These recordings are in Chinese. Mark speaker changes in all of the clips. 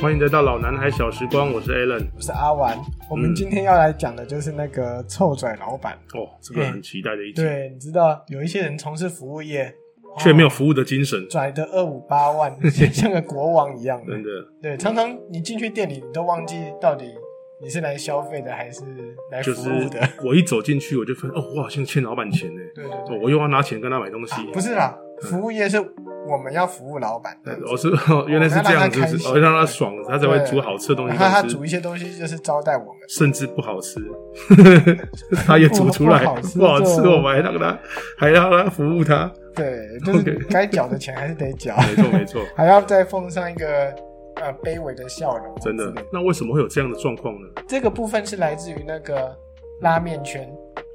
Speaker 1: 欢迎来到老男孩小时光，我是 Alan。
Speaker 2: 我是阿丸。我们今天要来讲的就是那个臭嘴老板。
Speaker 1: 哦，这个很期待的一集，
Speaker 2: 对，你知道有一些人从事服务业，
Speaker 1: 却没有
Speaker 2: 哦
Speaker 1: 服务的精神，
Speaker 2: 拽的二五八 万，像个国王一样的
Speaker 1: 真。的
Speaker 2: 对，常常你进去店里，你都忘记到底你是来消费的还是来服
Speaker 1: 就是
Speaker 2: 务的。
Speaker 1: 我一走进去我就发现，哦，我好像欠老板钱呢，
Speaker 2: 对对
Speaker 1: 哦
Speaker 2: 对，，
Speaker 1: 我又要拿钱跟他买东西
Speaker 2: 啊，不是啦，服务业是我们要服务老板
Speaker 1: 对
Speaker 2: 的，
Speaker 1: 我是哦原来是这样，
Speaker 2: 我们要让他
Speaker 1: 子，
Speaker 2: 开
Speaker 1: 是
Speaker 2: 心
Speaker 1: 哦，让他爽，他才会煮好吃的东西
Speaker 2: 然后他
Speaker 1: 给我
Speaker 2: 煮
Speaker 1: 吃，
Speaker 2: 一些东西就是招待我们。
Speaker 1: 甚至不好 吃，他也煮出来
Speaker 2: 不好吃
Speaker 1: 不好吃，
Speaker 2: 就
Speaker 1: 我们还让他还让他服务他，
Speaker 2: 对，就 是
Speaker 1: OK
Speaker 2: 该缴的钱还是得缴，
Speaker 1: 没 错没错，
Speaker 2: 还要再奉上一个呃卑微的笑容。
Speaker 1: 真的。那为什么会有这样的状况呢？
Speaker 2: 这个部分是来自于那个拉面圈。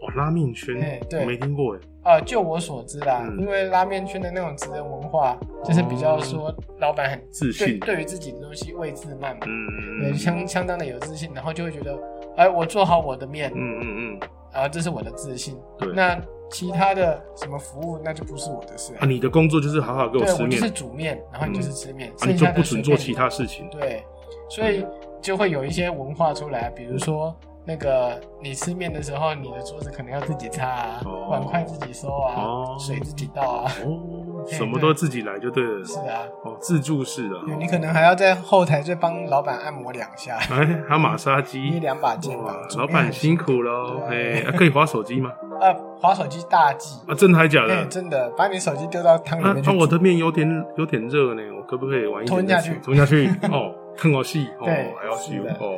Speaker 1: 哦，拉面圈
Speaker 2: 哎，对
Speaker 1: 我没听过哎，
Speaker 2: 呃，就我所知啦，
Speaker 1: 嗯
Speaker 2: 因为拉面圈的那种职人文化，就是比较说老板很
Speaker 1: 自
Speaker 2: 对
Speaker 1: 信，
Speaker 2: 对于自己的东西位置慢嘛，对
Speaker 1: 嗯，
Speaker 2: 相相当的有自信，然后就会觉得，哎，我做好我的面，
Speaker 1: 嗯嗯嗯，
Speaker 2: 然后这是我的自信。
Speaker 1: 对。
Speaker 2: 那其他的什么服务，那就不是我的事啊。
Speaker 1: 啊，你的工作就是好好给我吃
Speaker 2: 对我就
Speaker 1: 面，
Speaker 2: 是煮面，然后你就是吃面，
Speaker 1: 啊，你
Speaker 2: 剩
Speaker 1: 就
Speaker 2: 下的
Speaker 1: 不准
Speaker 2: 随
Speaker 1: 做
Speaker 2: 便
Speaker 1: 其
Speaker 2: 你
Speaker 1: 他事情。
Speaker 2: 对，所以就会有一些文化出来，比如说那个你吃面的时候，你的桌子可能要自己擦啊，
Speaker 1: 哦
Speaker 2: 碗筷自己收啊，
Speaker 1: 哦
Speaker 2: 水自己倒啊，
Speaker 1: 哦，
Speaker 2: 哎
Speaker 1: 什么都自己来就对了。
Speaker 2: 是啊，
Speaker 1: 哦，自助式的。
Speaker 2: 对你可能还要在后台再帮老板按摩两下，
Speaker 1: 哎，还有马杀
Speaker 2: 捏
Speaker 1: 鸡。
Speaker 2: 两把肩
Speaker 1: 哇
Speaker 2: 膀，，
Speaker 1: 老板辛苦喽！哎，
Speaker 2: 对
Speaker 1: 啊可以划手机吗？
Speaker 2: 啊，滑手机大忌，
Speaker 1: 啊，真的还假
Speaker 2: 哎、
Speaker 1: 的？
Speaker 2: 真的把你手机丢到汤里
Speaker 1: 啊
Speaker 2: 面去
Speaker 1: 啊，
Speaker 2: 煮、
Speaker 1: 我的面有点有点热呢，我可不可以晚一点
Speaker 2: 吞
Speaker 1: 再
Speaker 2: 下
Speaker 1: 吃
Speaker 2: 去
Speaker 1: 吞下去。哦， 看好戏哦，
Speaker 2: 对
Speaker 1: 还要洗
Speaker 2: 是的
Speaker 1: 哦。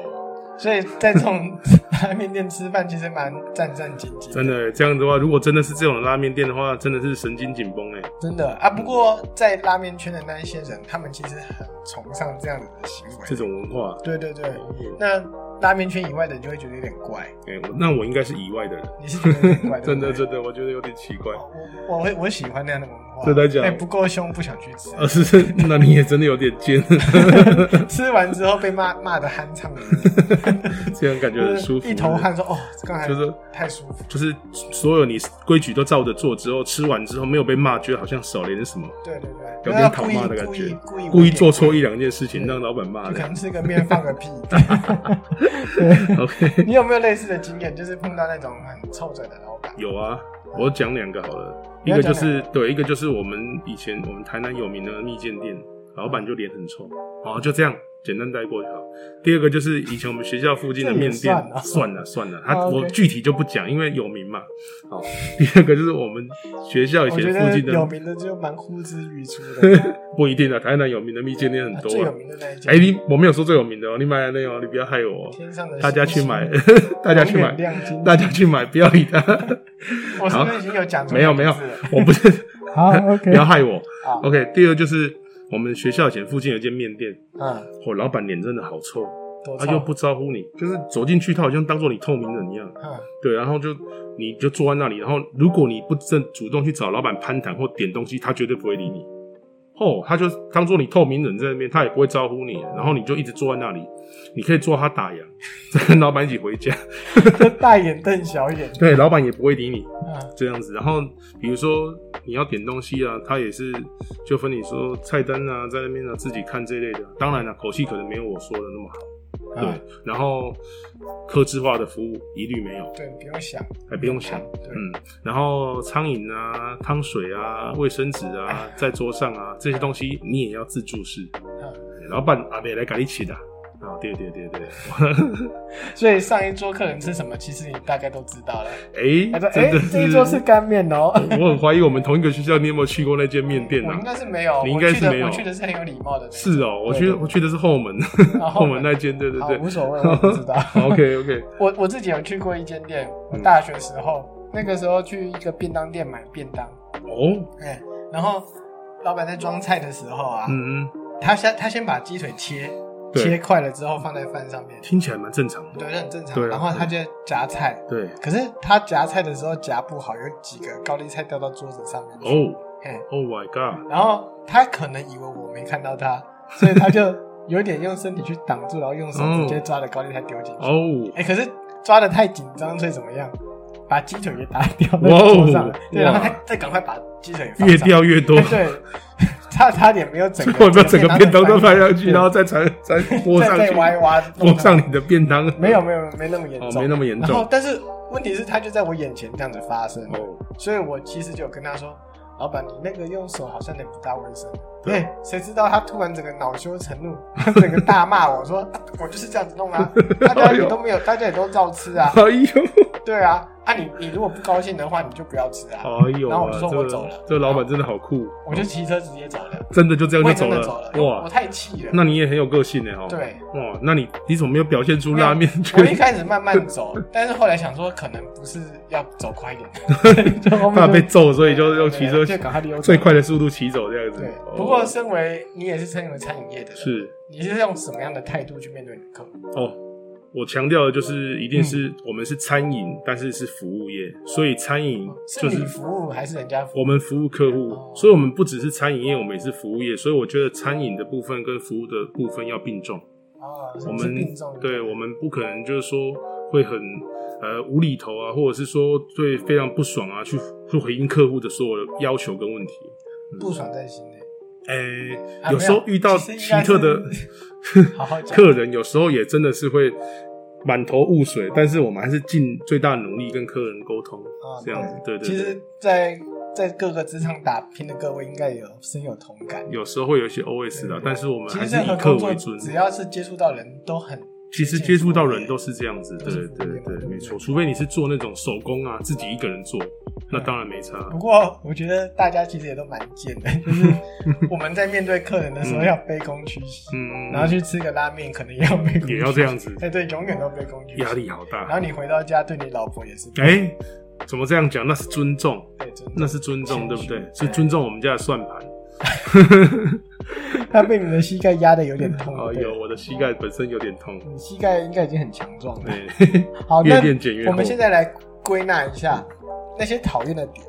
Speaker 2: 所以在 这种拉面店吃饭其实蛮战战兢兢，
Speaker 1: 真的这样的话，如果真的是这种拉面店的话，真的是神经紧绷哎。
Speaker 2: 真的啊。不过在拉面圈的那一些人，他们其实很崇尚这样子的行为
Speaker 1: 这，种文化，
Speaker 2: 对对对。
Speaker 1: 哦
Speaker 2: 那拉面圈以外的，你就会觉得有点怪，
Speaker 1: 哎，我那我应该是以外的人。
Speaker 2: 你是觉得有点 怪，
Speaker 1: 真的
Speaker 2: 对不对
Speaker 1: 真的，我觉得有点奇怪。
Speaker 2: 我我会我喜欢那样的文化，
Speaker 1: 真的假的
Speaker 2: 哎不够凶不想去 吃，
Speaker 1: 呃，是，那你也真的有点尖，
Speaker 2: 吃完之后被骂骂的酣畅淋
Speaker 1: 这样感觉
Speaker 2: 漓，
Speaker 1: 很舒服。
Speaker 2: 一头汗说哦，刚才
Speaker 1: 就是
Speaker 2: 太舒服，
Speaker 1: 就是所有你规矩都照着做之后，吃完之后没有被骂，觉得好像少了点什么，
Speaker 2: 对对对，
Speaker 1: 有点讨骂的感
Speaker 2: 故
Speaker 1: 觉
Speaker 2: 意故意，
Speaker 1: 故意做错一两件事情
Speaker 2: 对
Speaker 1: 让老板骂
Speaker 2: 就
Speaker 1: 的。
Speaker 2: 可能吃个面 放个屁。
Speaker 1: OK，
Speaker 2: 你有没有类似的经验？就是碰到那种很臭嘴的老 板，
Speaker 1: 有啊，我讲两个好了，一
Speaker 2: 你要
Speaker 1: 个就
Speaker 2: 讲
Speaker 1: 是对，一个就是我们以前我们台南有名的蜜饯店，老板就脸很臭，哦，就这样。简单带过就好。第二个就是以前我们学校附近的
Speaker 2: 这也
Speaker 1: 面店
Speaker 2: 算啊，
Speaker 1: 算了算了，他
Speaker 2: 哦，OK
Speaker 1: 我具体就不讲，因为有名嘛。 好，第二个就是我们学校以
Speaker 2: 我觉
Speaker 1: 前
Speaker 2: 得
Speaker 1: 附近的
Speaker 2: 有名的就蛮呼之欲出的，
Speaker 1: 不一定啊，台南有名的蜜饯店很
Speaker 2: 啊最
Speaker 1: 多
Speaker 2: 有
Speaker 1: 啊。
Speaker 2: 名的那一
Speaker 1: 哎、
Speaker 2: 间，
Speaker 1: 你我没有说最有名的哦，你买了那个哦，你不要害 我哦。
Speaker 2: 天上的
Speaker 1: 大家去买
Speaker 2: 星星，
Speaker 1: 大家去买
Speaker 2: 永远，亮晶晶
Speaker 1: 大家去买，不要理他。
Speaker 2: 我是不是已经有讲出
Speaker 1: 没有
Speaker 2: 那
Speaker 1: 没
Speaker 2: 个
Speaker 1: 有
Speaker 2: 字啊了？，
Speaker 1: 我不是，
Speaker 2: 好，OK，
Speaker 1: 不要害我。
Speaker 2: 好
Speaker 1: OK，第二就是我们学校以前附近有一间面店，
Speaker 2: 嗯，
Speaker 1: 哦，老板脸真的好臭，
Speaker 2: 多
Speaker 1: 他
Speaker 2: 臭
Speaker 1: 就不招呼你，就是走进去他好像当做你透明人一样。
Speaker 2: 嗯，
Speaker 1: 对，然后就你就坐在那里，然后如果你不正主动去找老板攀谈或点东西，他绝对不会理你。哦，他就当做你透明人在那边，他也不会招呼你，然后你就一直坐在那里，你可以坐他打烊， 再跟老板一起回家。
Speaker 2: 大眼瞪小眼，
Speaker 1: 对，老板也不会理你
Speaker 2: 嗯，
Speaker 1: 这样子。然后比如说你要点东西啊，他也是就分你说菜单啊，在那边啊自己看这类的。当然了、口气可能没有我说的那么好。
Speaker 2: 啊
Speaker 1: 对，然后客制化的服务一律没有。
Speaker 2: 对，不用想，
Speaker 1: 还不用想
Speaker 2: 对，
Speaker 1: 嗯，然后苍蝇啊、汤水啊、卫生纸 啊，在桌上啊，这些东西你也要自助式。
Speaker 2: 啊
Speaker 1: 老板阿伯来跟你起的啊，对对对对，
Speaker 2: 所以上一桌客人吃什么，其实你大概都知道了。他说
Speaker 1: 哎、：“
Speaker 2: 哎
Speaker 1: 真的，
Speaker 2: 这一桌是干面哦。
Speaker 1: 我很怀疑我们同一个学校，你有没有去过那间面”店
Speaker 2: 我应
Speaker 1: 啊？
Speaker 2: 该是没有，
Speaker 1: 你应该是没有
Speaker 2: 我去的我去的是很有礼貌的那种，
Speaker 1: 是哦，我去
Speaker 2: 对
Speaker 1: 我去的是后门，
Speaker 2: 啊
Speaker 1: 后
Speaker 2: 后
Speaker 1: 门
Speaker 2: 门
Speaker 1: 那间，对对
Speaker 2: 好
Speaker 1: 对
Speaker 2: 无所谓，我不知 道。
Speaker 1: ，OK OK，
Speaker 2: 我我自己有去过一间店，我
Speaker 1: 嗯
Speaker 2: 大学时候那个时候去一个便当店买便当，
Speaker 1: 哦，
Speaker 2: 哎，然后老板在装菜的时候啊，
Speaker 1: 嗯，
Speaker 2: 他先他先把鸡腿切
Speaker 1: 对
Speaker 2: 切块了之后放在饭上面，
Speaker 1: 听起来蛮正常的，
Speaker 2: 对，这很正
Speaker 1: 对
Speaker 2: 常。
Speaker 1: 啊
Speaker 2: 然后他就夹菜，
Speaker 1: 对，
Speaker 2: 可是他夹菜的时候夹不好，有几个高丽菜掉到桌子上面去。
Speaker 1: 哦
Speaker 2: 嘿，
Speaker 1: ，Oh my God，
Speaker 2: 然后他可能以为我没看到他，所以他就有点用身体去挡住，然后用手直接抓了高丽菜丢进去。
Speaker 1: 哦，
Speaker 2: 哎、可是抓的太紧张，所以怎么样？把鸡腿给打掉在
Speaker 1: 哇哦
Speaker 2: 桌上了，对，然后
Speaker 1: 哇
Speaker 2: 他再赶快把鸡腿放
Speaker 1: 越
Speaker 2: 上
Speaker 1: 掉越多
Speaker 2: 哎，对，差差点没有整
Speaker 1: 最
Speaker 2: 个
Speaker 1: 后把整个便当都翻
Speaker 2: 翻
Speaker 1: 上去，然后再才 才拨上
Speaker 2: 再
Speaker 1: 去
Speaker 2: 再，挖一挖，
Speaker 1: 拨上你的便当。
Speaker 2: 没有没有没那么严
Speaker 1: 哦，
Speaker 2: 重，
Speaker 1: 没那么严
Speaker 2: 然后
Speaker 1: 重。
Speaker 2: 但是问题是，它就在我眼前这样子发生，
Speaker 1: 哦，
Speaker 2: 所以我其实就有跟他说，老板，你那个用手好像有点不大卫生。
Speaker 1: 对
Speaker 2: 对，谁知道他突然整个恼羞成怒，他整个大骂我说：“啊我就是这样子弄啊， 大家也都没有，大家也都照吃啊，
Speaker 1: 哎呦，
Speaker 2: 对啊，啊你你如果不高兴的话，你就不要吃啊。
Speaker 1: 哎呦
Speaker 2: 然后我
Speaker 1: 啊
Speaker 2: 就！
Speaker 1: 这
Speaker 2: 说我走了
Speaker 1: 个这个老板真的好酷，”
Speaker 2: 我就骑车直接走了，
Speaker 1: 真的就这样
Speaker 2: 我
Speaker 1: 就走
Speaker 2: 也真的
Speaker 1: 了
Speaker 2: 走了，我
Speaker 1: 哇！
Speaker 2: 太气了。
Speaker 1: 那你也很有个性呢，哈。
Speaker 2: 对，
Speaker 1: 哇，那你你怎么没有表现出拉面
Speaker 2: 我一
Speaker 1: 圈
Speaker 2: 开始慢慢走，但是后来想说，可能不是要走快一 点，就后面就
Speaker 1: 怕被揍，所以就
Speaker 2: 对
Speaker 1: 用骑车
Speaker 2: 就赶快溜走
Speaker 1: 最快的速度骑走这样子
Speaker 2: 对。，
Speaker 1: 哦
Speaker 2: 不过身为你也是身为餐饮业的人，
Speaker 1: 是
Speaker 2: 你是用什么样的态度去面对你的客户？
Speaker 1: 哦，我强调的就是一定
Speaker 2: 嗯
Speaker 1: 是我们是餐饮，但是是服务业，所以餐饮
Speaker 2: 是
Speaker 1: 就
Speaker 2: 你
Speaker 1: 是
Speaker 2: 服务还是人家服务？
Speaker 1: 我们服务客户
Speaker 2: 哦，
Speaker 1: 所以我们不只是餐饮业，我们也是服务业，所以我觉得餐饮的部分跟服务的部分要并重。
Speaker 2: 啊，
Speaker 1: 我
Speaker 2: 是
Speaker 1: 们
Speaker 2: 并重的
Speaker 1: 对我们不可能就是说会很呃无厘头啊，或者是说对非常不爽啊，去去回应客户的所有的要求跟问题。嗯
Speaker 2: 不爽在心内，
Speaker 1: 诶、
Speaker 2: 啊
Speaker 1: 有时候遇到奇特 的
Speaker 2: 没有其好好讲
Speaker 1: 客人，有时候也真的是会满头雾水，但是我们还是尽最大努力跟客人沟通，
Speaker 2: 啊，
Speaker 1: 这样子。对对
Speaker 2: 其
Speaker 1: 对
Speaker 2: 实，在在各个职场打拼的各位，应该有深有同感。
Speaker 1: 有时候会有一些 OS
Speaker 2: 对
Speaker 1: 的，但是我们
Speaker 2: 其
Speaker 1: 还
Speaker 2: 实
Speaker 1: 是
Speaker 2: 任何
Speaker 1: 以客
Speaker 2: 工作
Speaker 1: 为尊，。
Speaker 2: 只要是接触到人都很，
Speaker 1: 其实接触到人都是这样子，
Speaker 2: 都
Speaker 1: 对
Speaker 2: 是服务业
Speaker 1: 对
Speaker 2: 嘛
Speaker 1: 对
Speaker 2: 对，不
Speaker 1: 没
Speaker 2: 对
Speaker 1: 错。除非你是做那种手工啊，自己一个人做，那当然没差。
Speaker 2: 不过我觉得大家其实也都蛮贱的， 就是我们在面对客人的时候
Speaker 1: 嗯
Speaker 2: 要卑躬屈膝，
Speaker 1: 嗯，
Speaker 2: 然后去吃个拉面，可能也要卑躬，
Speaker 1: 也要这样子，
Speaker 2: 哎，对，永远都卑躬屈膝
Speaker 1: 压。力好
Speaker 2: 然后
Speaker 1: 大。
Speaker 2: 你回到家，对你老婆也是
Speaker 1: 哎、怎么这样讲？那是尊重，
Speaker 2: 对，真的
Speaker 1: 那是尊重，对不对？
Speaker 2: 谦虚
Speaker 1: 是尊重我们家的算盘。
Speaker 2: 他被你的膝盖压的有点痛。
Speaker 1: 哦，
Speaker 2: 对
Speaker 1: 有，我的膝盖本身有点痛。
Speaker 2: 你膝盖应该已经很强壮了。
Speaker 1: 对，
Speaker 2: 好，
Speaker 1: 越
Speaker 2: 那
Speaker 1: 练减越厚
Speaker 2: 我们现在来归纳一下那些讨厌的点，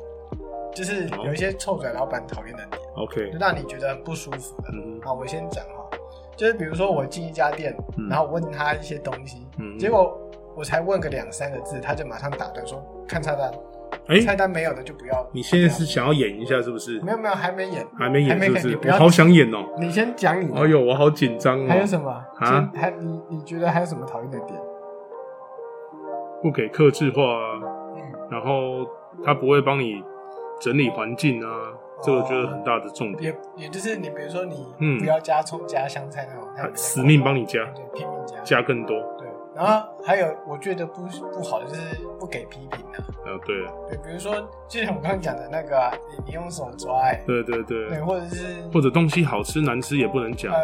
Speaker 2: 就是有一些臭嘴老板讨厌的点，
Speaker 1: OK，
Speaker 2: 就让你觉得很不舒服的。
Speaker 1: 嗯
Speaker 2: 好，我先讲哈，就是比如说我进一家店，
Speaker 1: 嗯
Speaker 2: 然后我问他一些东西，
Speaker 1: 嗯
Speaker 2: 结果我才问个两三个字，他就马上打断说：“看菜单，
Speaker 1: 哎、
Speaker 2: 菜单没有的就不要。”
Speaker 1: 你现在是想要演一下是不是？
Speaker 2: 没有没有还没演，
Speaker 1: 还没
Speaker 2: 还
Speaker 1: 演
Speaker 2: 没
Speaker 1: 是
Speaker 2: 演
Speaker 1: 不是
Speaker 2: 你？不
Speaker 1: 我
Speaker 2: 要
Speaker 1: 好想演哦、
Speaker 2: 你先讲你的。
Speaker 1: 哎呦，我好紧张哦。
Speaker 2: 还有什么？
Speaker 1: 啊
Speaker 2: 就还你你觉得还有什么讨厌的点？
Speaker 1: 不给克制化啊，
Speaker 2: 嗯，
Speaker 1: 然后他不会帮你整理环境啊，这个就是很大的重点。
Speaker 2: 也也就是你比如说你
Speaker 1: 嗯啊
Speaker 2: 不要加葱加香菜那种，他也没在管
Speaker 1: 死命帮你加
Speaker 2: 对，拼命加
Speaker 1: 加更多，
Speaker 2: 对。然后还有我觉得不不好的就是不给批评啊，
Speaker 1: 啊，对，
Speaker 2: 对，比如说就像我刚刚讲的那个啊，你你用手抓哎、
Speaker 1: 对对对，
Speaker 2: 对，或者是
Speaker 1: 或者东西好吃难吃也不能讲。
Speaker 2: 呃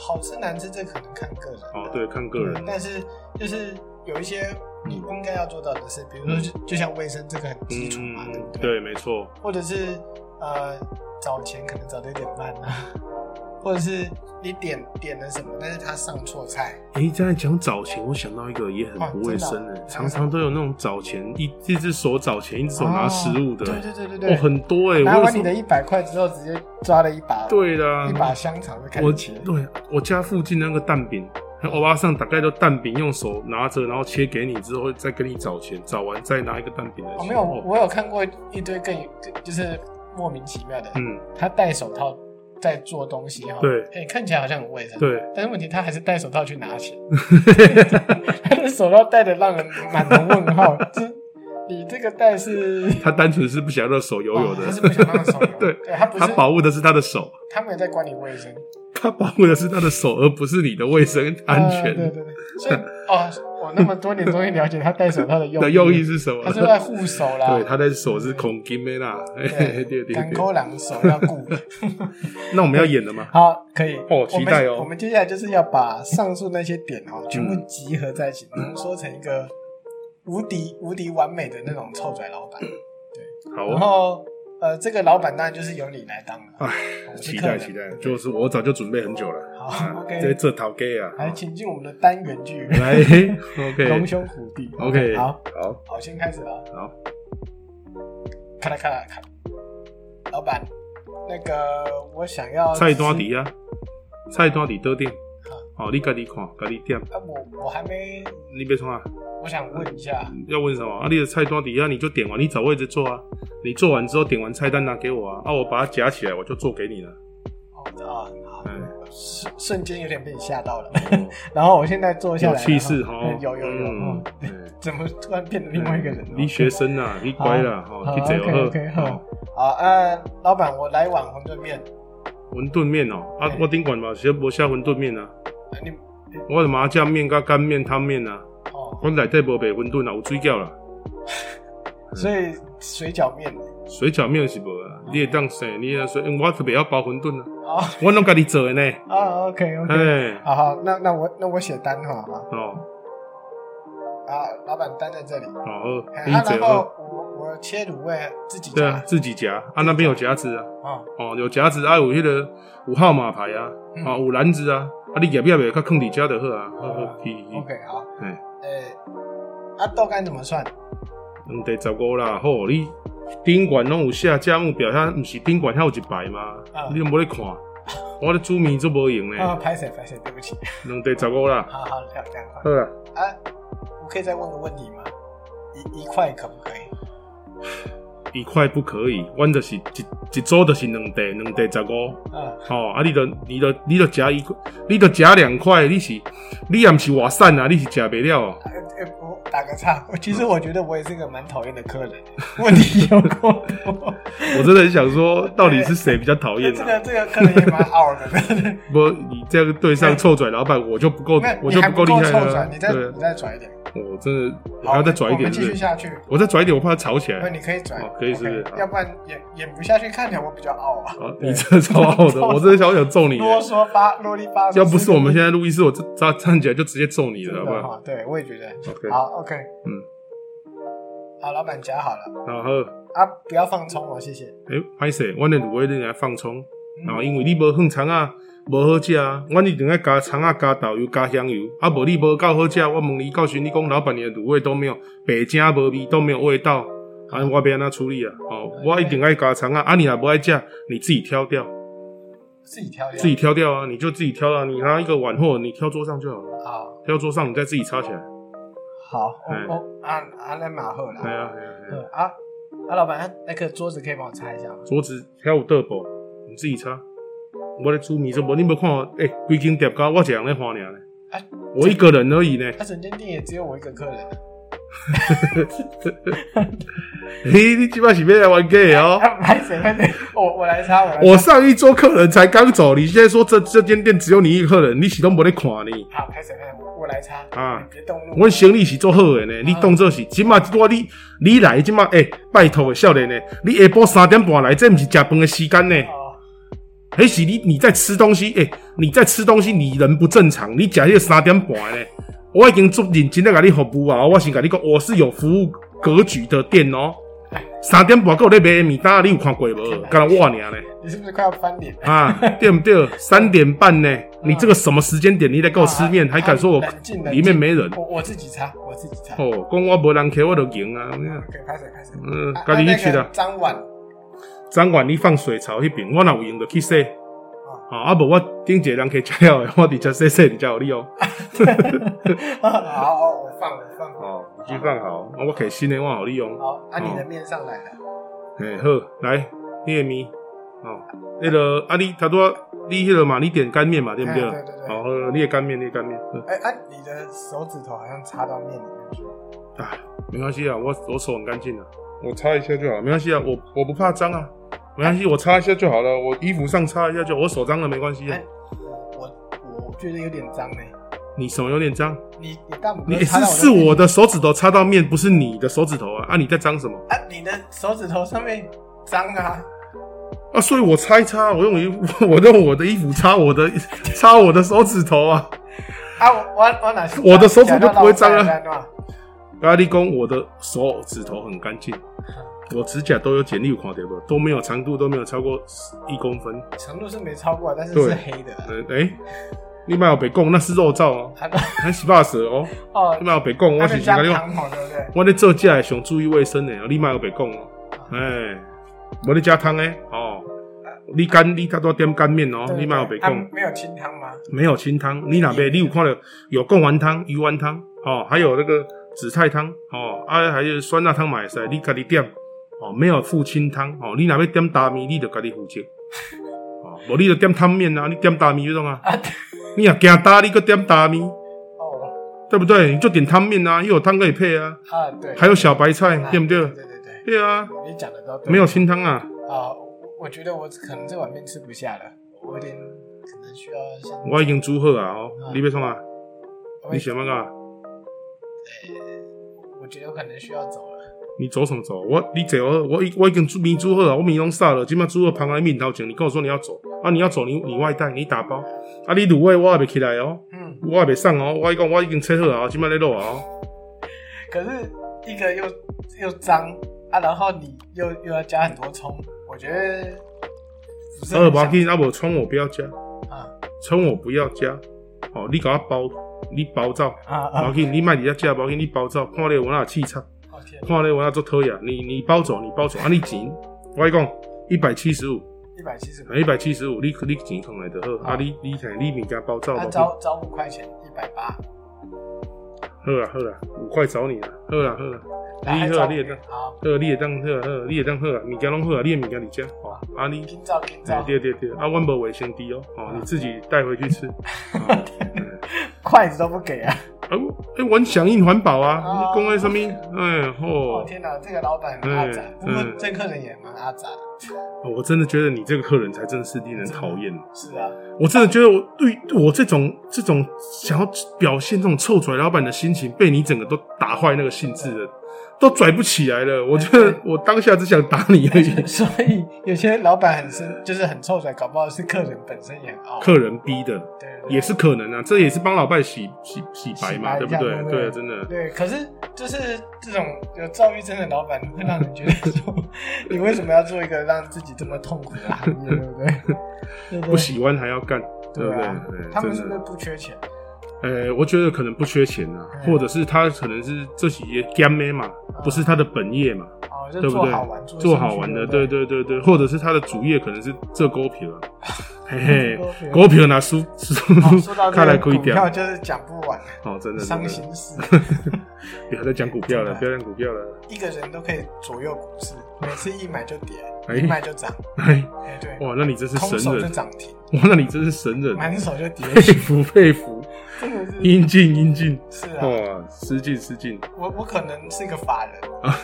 Speaker 2: 好吃难吃这可能看个人啊
Speaker 1: 哦，对，看个人嗯
Speaker 2: 对。但是就是有一些你应该要做到的事，比如说就就像卫生这个很基础嘛，对不对？
Speaker 1: 嗯对，没错。
Speaker 2: 或者是呃找钱可能找的有点慢啊，或者是你点点了什么，但是他上错菜，
Speaker 1: 哎、刚才讲早前，我想到一个也很
Speaker 2: 啊
Speaker 1: 不卫生的、
Speaker 2: 真的啊
Speaker 1: 常常都有那种早前一一只手早前，一只手拿食物的，
Speaker 2: 哦对对对对
Speaker 1: 哦，
Speaker 2: 对，
Speaker 1: 很多哎、
Speaker 2: 拿
Speaker 1: 我有
Speaker 2: 完
Speaker 1: 时
Speaker 2: 你
Speaker 1: 候
Speaker 2: 的一百块之后，直接抓了一把
Speaker 1: 对啦
Speaker 2: 一，把香肠就开
Speaker 1: 我
Speaker 2: 始切，
Speaker 1: 对我家附近那个蛋饼，那欧巴上大概都蛋饼用手拿着，然后切给你之后，再跟你找钱，找完再拿一个蛋饼来
Speaker 2: 我、
Speaker 1: 切。
Speaker 2: 没有，
Speaker 1: 哦
Speaker 2: 我有看过一堆更更就是莫名其妙的，
Speaker 1: 嗯，
Speaker 2: 他戴手套在做东西哈，
Speaker 1: 对
Speaker 2: 哎、看起来好像很卫生，。
Speaker 1: 对，
Speaker 2: 但是问题，他还是戴手套去 拿钱，他的手套戴的让人满头 问号。这你这个戴是
Speaker 1: 他单纯是不想让手油油
Speaker 2: 哦
Speaker 1: 的，
Speaker 2: 他是不想让手油，
Speaker 1: 对
Speaker 2: 他不是
Speaker 1: 他保护的是他的手。
Speaker 2: 他没有在管理卫生
Speaker 1: 他保护的是他的手，而不是你的卫生安全
Speaker 2: 啊对对对，所以哦，我那么多年终于了解他戴手套的 用
Speaker 1: 的用意，是什么
Speaker 2: 他？是在护手啦，
Speaker 1: 对，他的手是孔金梅啦。嘿嘿嘿 对对
Speaker 2: 港
Speaker 1: 对。
Speaker 2: 口狼手要顾。
Speaker 1: 那我们要演了吗？
Speaker 2: 好，可以
Speaker 1: 哦期待哦嗯
Speaker 2: 我们我们接下来就是要把上述那些点哦，全部集合在一起，浓缩成一个无敌无敌完美的那种臭拽老板。
Speaker 1: 嗯好
Speaker 2: 然
Speaker 1: 哦，
Speaker 2: 后呃，这个老板当然就是由你来当了，
Speaker 1: 哎
Speaker 2: 我是
Speaker 1: 期
Speaker 2: 客
Speaker 1: 待
Speaker 2: 人
Speaker 1: 期待，就是我早就准备很久了。
Speaker 2: 好
Speaker 1: 这
Speaker 2: ，OK，
Speaker 1: 这讨 gay 啊，
Speaker 2: 来请进我们的单元剧，
Speaker 1: 来
Speaker 2: 龙
Speaker 1: ，OK
Speaker 2: 兄虎弟
Speaker 1: OK，
Speaker 2: 好
Speaker 1: 好
Speaker 2: 好，先开始了。
Speaker 1: 好，
Speaker 2: 咔啦咔啦咔啦。老板，那个我想要
Speaker 1: 菜单
Speaker 2: 吃
Speaker 1: 底啊，菜单底桌顶。好，你家己看，家己点，
Speaker 2: 啊，我我还没，
Speaker 1: 你别创啊！
Speaker 2: 我想问一下，
Speaker 1: 要问什么？啊，你的菜单底下你就点完，你找位置坐啊。你做完之后点完菜单拿给我啊，啊，我把它夹起来，我就做给你了。
Speaker 2: 着啊，好
Speaker 1: 嗯，
Speaker 2: 瞬瞬间有点被你吓到了。
Speaker 1: 哦
Speaker 2: 然后我现在坐下
Speaker 1: 有
Speaker 2: 来，
Speaker 1: 气势
Speaker 2: 然后
Speaker 1: 哈
Speaker 2: 嗯，有有有，嗯
Speaker 1: 嗯，对
Speaker 2: 怎么突然变成 另外一个人了？哦
Speaker 1: 你学生 啊，你乖了哈，
Speaker 2: 好
Speaker 1: 去坐好。哦
Speaker 2: ，OK，OK，好好，呃，老板，我来碗馄饨面，
Speaker 1: 馄饨面哦，啊
Speaker 2: 嘿，
Speaker 1: 我顶管嘛，是无写馄饨面啊，
Speaker 2: 呃你
Speaker 1: 我的麻酱面、甲干面、汤面啊，
Speaker 2: 哦，
Speaker 1: 我内底无卖馄饨啦，有水饺啦，
Speaker 2: 所以水饺面，
Speaker 1: 水饺面是无啊，你会当生，你会当说，因为我特别晓包馄饨啊，
Speaker 2: 哦
Speaker 1: 我拢家己做的呢，
Speaker 2: 啊，OK，OK，
Speaker 1: 哎，
Speaker 2: 好好，那那我那我写单好吗？
Speaker 1: 哦，
Speaker 2: 啊，老板单在这里，
Speaker 1: 好好，
Speaker 2: 嘿
Speaker 1: 你
Speaker 2: 啊，然
Speaker 1: 坐好，
Speaker 2: 后我我切卤味自己
Speaker 1: 哦对
Speaker 2: 加
Speaker 1: 啊，，自己夹，啊那边有夹子啊，
Speaker 2: 哦，
Speaker 1: 哦有夹子啊，有迄个有号码牌啊，
Speaker 2: 嗯
Speaker 1: 啊有篮子啊，啊你夹不夹袂，较放伫遮就好啊，好好，去去，
Speaker 2: OK，好，
Speaker 1: 嘿
Speaker 2: 呃，啊，豆干怎么算？
Speaker 1: 两题十五啦，好，你顶悬拢有写价目表，遐毋是顶悬遐有一排吗？
Speaker 2: 啊
Speaker 1: 你都无咧看，我咧煮面做无用
Speaker 2: 啊，
Speaker 1: 咧。
Speaker 2: 拍谁拍谁，对不起，
Speaker 1: 两题十五啦，
Speaker 2: 好好两两块
Speaker 1: 好啦，
Speaker 2: 啊，我可以再问个问题吗？一一块可不可以？
Speaker 1: 一块不可以，阮就是一一组就是两题，两题十五。
Speaker 2: 嗯，
Speaker 1: 吼、啊你就你就你就食一，你就食两块，你是你也毋是外省啊，你是食袂了哦。
Speaker 2: 呃呃我打个岔， 我其实我觉得我也是个蛮讨厌的客人，
Speaker 1: 嗯
Speaker 2: 问题有够多。
Speaker 1: 我真的很想说，到底是谁比较讨厌
Speaker 2: 这
Speaker 1: 啊
Speaker 2: 个？这个客人也蛮傲的，真的
Speaker 1: 不，你这样对上臭拽老板，我就不够
Speaker 2: 没有，
Speaker 1: 我
Speaker 2: 你
Speaker 1: 就
Speaker 2: 还
Speaker 1: 够厉
Speaker 2: 够
Speaker 1: 害
Speaker 2: 臭
Speaker 1: 了
Speaker 2: 转，
Speaker 1: 啊。
Speaker 2: 你再
Speaker 1: 对
Speaker 2: 你，再转一点，
Speaker 1: 我真的
Speaker 2: 好
Speaker 1: 还要再拽一
Speaker 2: 我
Speaker 1: 点，
Speaker 2: 们继
Speaker 1: 是不
Speaker 2: 续
Speaker 1: 是？
Speaker 2: 下去。
Speaker 1: 我再拽一点，我怕吵起来。
Speaker 2: 那你可以转
Speaker 1: 哦，可以是不是
Speaker 2: OK，要不然演演不下去，看起来我比较傲啊，
Speaker 1: 啊，你真的超好 的，我真的想想揍你耶。
Speaker 2: 啰嗦发啰里吧嗦。
Speaker 1: 要不是我们现
Speaker 2: 在
Speaker 1: 在录音室，我这站站起来就直接揍你了，好不好
Speaker 2: 哈，对我也觉得
Speaker 1: ？OK，
Speaker 2: 好 OK，
Speaker 1: 嗯，
Speaker 2: 好，老板夹好了。
Speaker 1: 然后
Speaker 2: 啊，不要放葱哦，谢谢。
Speaker 1: 诶，歹势，阮的卤味你来放葱，
Speaker 2: 嗯
Speaker 1: 然后因为你无放葱啊，无好食啊，阮一定要加葱啊、加豆油、加香油，啊无你无够好食，我问你到时你讲老板你的卤味都没有，白正无味，都没有味道，啊，我要安怎处理啊？哦，我一定爱加葱啊，啊你若无爱食，你自己挑掉，
Speaker 2: 自己挑一下，
Speaker 1: 自己挑掉啊，你就自己挑啊，你拿一个碗或者你挑桌上就好了，
Speaker 2: 啊，
Speaker 1: 挑桌上你再自己插起来。
Speaker 2: 好，
Speaker 1: 哎
Speaker 2: 我我啊啊来马后
Speaker 1: 哎呀
Speaker 2: 啦，
Speaker 1: 哎呀哎呀，
Speaker 2: 嗯啊啊，老板，那个桌子可以帮我擦一下吗？
Speaker 1: 桌子还有桌布，你自己擦。我咧煮面做无，你无看我？哎、规间店家我一个人咧花尔呢，
Speaker 2: 啊，
Speaker 1: 我一个人而已呢。
Speaker 2: 他啊整间店也只有我一个客人，
Speaker 1: 嘿，你即摆是要来玩 gay 哦？
Speaker 2: 啊，拍谁拍谁，我我来擦，我来
Speaker 1: 我上一桌客人才刚走，你现在说这这间店只有你一个客人，你是都无咧看呢？
Speaker 2: 擦，好，拍谁拍谁，我我来擦，
Speaker 1: 啊
Speaker 2: 你别动怒，
Speaker 1: 阮生意是做好的呢，你当做是即马我你你来即马哎，拜托的少年呢，你下晡三点半来，这毋是食饭的时间呢？
Speaker 2: 哦，
Speaker 1: 迄是你你在吃东西，哎、你在吃东西，你人不正常，你食迄个三点半呢？我已经足认真咧甲你服务啊，我先甲你讲，我是有服务格局的店哦、三点半还有咧卖面单，你有看过无？敢若我尔呢？
Speaker 2: 你是不是快要翻脸？
Speaker 1: 啊，对不对？三点半呢？你这个什么时间点你来给我吃 面，
Speaker 2: 啊
Speaker 1: 还敢说我
Speaker 2: 啊冷静冷静
Speaker 1: 里面没人？
Speaker 2: 我我自己擦，我自己擦，
Speaker 1: 哦，讲我无人客，我就赢啊！
Speaker 2: 可以拍谁拍谁，
Speaker 1: 嗯
Speaker 2: 啊，
Speaker 1: 家己
Speaker 2: 啊那
Speaker 1: 去
Speaker 2: 个
Speaker 1: 啦。
Speaker 2: 张婉，
Speaker 1: 张管你放水槽迄边，我若有闲就去洗。
Speaker 2: 哦
Speaker 1: 啊，啊无我顶一个人客吃了的，我直接洗洗，直接有你哦。
Speaker 2: 好，好我放我放，
Speaker 1: 哦，你去放好，啊我摕新的我好利用。
Speaker 2: 好，啊，你的
Speaker 1: 嗯
Speaker 2: 面上来了。
Speaker 1: 嘿，好，来，你的面，哦，那个啊你他说你迄个嘛，你点干面嘛，对不对？
Speaker 2: 哎对对对
Speaker 1: 哦，好你的干面，你的干面。嗯好
Speaker 2: 哎、啊，你的手指头好像插到面里面去了。
Speaker 1: 啊，没关系啊，我我手很干净的，我擦一下就好，没关系啊，我我不怕脏啊，没关系，我擦一下就好了，我衣服上擦一下就好，我手脏了没关系啊
Speaker 2: 哎。我我觉得有点脏呢、
Speaker 1: 你手有点脏，
Speaker 2: 你你大拇
Speaker 1: 你
Speaker 2: 哥
Speaker 1: 是
Speaker 2: 呃插到
Speaker 1: 是我
Speaker 2: 我的
Speaker 1: 的手指头擦到面，不是你的手指头啊，啊你在脏什么？
Speaker 2: 啊，你的手指头上面脏啊，
Speaker 1: 啊，所以我擦一 擦，我用衣服，我用我的衣服擦我的 擦我的手指头啊。
Speaker 2: 啊，我我我哪
Speaker 1: 我的手指就不会脏啊
Speaker 2: 啊。
Speaker 1: 咖喱公，我的手指头很干净，我指甲都有剪，你有看到不？都没有长度，都没有超过一公分。
Speaker 2: 程度是没超过，但是
Speaker 1: 对
Speaker 2: 是黑的啊。
Speaker 1: 呃，哎、你不要被讲，那是肉燥哦，
Speaker 2: 啊那
Speaker 1: 还是巴舌哦。你
Speaker 2: 哦，
Speaker 1: 莫白讲，我
Speaker 2: 他
Speaker 1: 是
Speaker 2: 们
Speaker 1: 想
Speaker 2: 加
Speaker 1: 甲你
Speaker 2: 糖
Speaker 1: 讲，
Speaker 2: 红对不对？
Speaker 1: 我咧做食诶上注意卫生诶，你莫有白讲哦。哎，无咧食汤诶，哦，你干你他都点干面哦
Speaker 2: 对，对
Speaker 1: 你莫有白
Speaker 2: 对
Speaker 1: 讲
Speaker 2: 啊，没有清汤吗？
Speaker 1: 没有清汤，你哪边你有看到有贡丸汤、鱼丸汤哦，还有那个紫菜汤哦，啊还有酸辣汤嘛会使， 你家己点哦，没有附清汤哦，你哪边点大米，你就家己负责。哦，哦，无你就点汤面啊，你点大米这种啊，
Speaker 2: 啊，
Speaker 1: 你也惊大，你个点大米，
Speaker 2: 哦
Speaker 1: 对不对？你就点汤面啊，又有汤可以配啊，
Speaker 2: 啊，对，
Speaker 1: 还有小白菜，
Speaker 2: 啊
Speaker 1: 对不对？
Speaker 2: 对对对，
Speaker 1: 对啊，
Speaker 2: 你讲的都对。
Speaker 1: 没有清汤啊，
Speaker 2: 啊，我我觉得我可能这碗面吃不下了，我有点可能需要先。
Speaker 1: 我已经煮好啊，哦，
Speaker 2: 啊
Speaker 1: 你要创啊？
Speaker 2: 我
Speaker 1: 你想要啊？
Speaker 2: 我觉得我可能需要走了。
Speaker 1: 你走什么走？我你走，我我已我已经煮米煮好了，啊我米拢杀了，今麦煮好旁来面头前，你跟我说你要走啊？你要走，你你外带，你打包啊？你卤味我还没起来哦，
Speaker 2: 嗯，
Speaker 1: 我还没上哦，我讲我已经切好了哦，今麦在落哦，
Speaker 2: 可是一个又又脏啊，然后你又又要加很多葱，我觉得不是
Speaker 1: 二
Speaker 2: 很
Speaker 1: 毛
Speaker 2: 想
Speaker 1: 鸡啊无葱我不要加，
Speaker 2: 啊
Speaker 1: 葱我不要加，哦，你给我包，你包走，
Speaker 2: 啊
Speaker 1: 毛
Speaker 2: 啊！
Speaker 1: 鸡你卖底下加毛鸡你包走，看咧我那气场，
Speaker 2: 我天，
Speaker 1: 看咧我那做讨厌，你你包走你包走啊你钱，我讲一百七十五，
Speaker 2: 一百七十五，
Speaker 1: 啊一百七十五你你钱放来就好，啊
Speaker 2: 好
Speaker 1: 你你看你物件包走
Speaker 2: 他
Speaker 1: 无？
Speaker 2: 招招五块钱，一百八，
Speaker 1: 好啦好啦，五块找你啦，好啦好啦，
Speaker 2: 然后还
Speaker 1: 你好
Speaker 2: 招
Speaker 1: 你
Speaker 2: 五
Speaker 1: 好
Speaker 2: 个好，
Speaker 1: 好啊你会当好好，你会当好啊，物件拢好啊，你的物件你吃，哦，啊你，
Speaker 2: 今早今
Speaker 1: 哎
Speaker 2: 早，
Speaker 1: 对对对，啊阮无卫生纸哦，
Speaker 2: 啊
Speaker 1: 哦你自己带回去 吃，啊
Speaker 2: 筷子都不给啊！
Speaker 1: 哎我哎阮响应环保啊，
Speaker 2: 哦
Speaker 1: 你讲诶什么？哎
Speaker 2: 我
Speaker 1: 吼，
Speaker 2: 哦天哪，这个老板很阿杂
Speaker 1: 嗯，
Speaker 2: 不过
Speaker 1: 嗯
Speaker 2: 这客人也蛮阿杂的。
Speaker 1: 哦我真的觉得你这个客人才真是令人讨厌，
Speaker 2: 是啊，
Speaker 1: 我真的觉得我对我这种这种想要表现这种臭拽老板的心情，被你整个都打坏那个兴致了，都拽不起来了，我觉得我当下只想打你而已。
Speaker 2: 所以有些老板很生，就是很臭嘴，搞不好是客人本身也很傲。
Speaker 1: 客人逼的，
Speaker 2: 对对对
Speaker 1: 也是可能啊，这也是帮老伴洗洗洗白嘛，
Speaker 2: 洗白
Speaker 1: 对
Speaker 2: 一
Speaker 1: 不
Speaker 2: 下
Speaker 1: 对
Speaker 2: 对？不对
Speaker 1: 对啊，真的。
Speaker 2: 对，可是就是这种有躁郁症的老板，会让人觉得说，你为什么要做一个让自己这么痛苦的行业，对不对？对对
Speaker 1: 不，喜欢还要干，对不
Speaker 2: 对
Speaker 1: 对？
Speaker 2: 啊
Speaker 1: 哎，
Speaker 2: 他们是
Speaker 1: 真
Speaker 2: 不是
Speaker 1: 的。
Speaker 2: 不缺钱？
Speaker 1: 呃，我觉得可能不缺钱啊，
Speaker 2: 嗯
Speaker 1: 或者是他可能是这些干妹嘛，不是他的本业嘛，
Speaker 2: 哦，就
Speaker 1: 对不
Speaker 2: 做
Speaker 1: 对
Speaker 2: 好玩，？
Speaker 1: 做
Speaker 2: 兴趣
Speaker 1: 好玩的，
Speaker 2: 对
Speaker 1: 对
Speaker 2: 不对嗯
Speaker 1: 对对对，或者是他的主业可能是这狗皮 了，嘿嘿
Speaker 2: 这股票，
Speaker 1: 狗皮拿输输
Speaker 2: 哦说到这
Speaker 1: 看来
Speaker 2: 个
Speaker 1: 亏
Speaker 2: 股
Speaker 1: 掉
Speaker 2: 票，就是讲不完，
Speaker 1: 哦，真的真
Speaker 2: 伤
Speaker 1: 的，
Speaker 2: 心 事，
Speaker 1: 不要再讲股票了，
Speaker 2: 真的
Speaker 1: 不要讲股票了，
Speaker 2: 一个人都可以左右股市，每次一买就跌，
Speaker 1: 哎
Speaker 2: 一卖就涨，
Speaker 1: 哎，
Speaker 2: 哎，对，
Speaker 1: 哇，那你真是
Speaker 2: 空
Speaker 1: 神
Speaker 2: 手就
Speaker 1: 人，
Speaker 2: 涨停，
Speaker 1: 哇，那你真是神人，
Speaker 2: 满手就跌，
Speaker 1: 佩服佩服，
Speaker 2: 真的是
Speaker 1: 英俊英俊，
Speaker 2: 是啊，
Speaker 1: 哇，失敬失敬
Speaker 2: 我我可能是个法 人，
Speaker 1: 啊！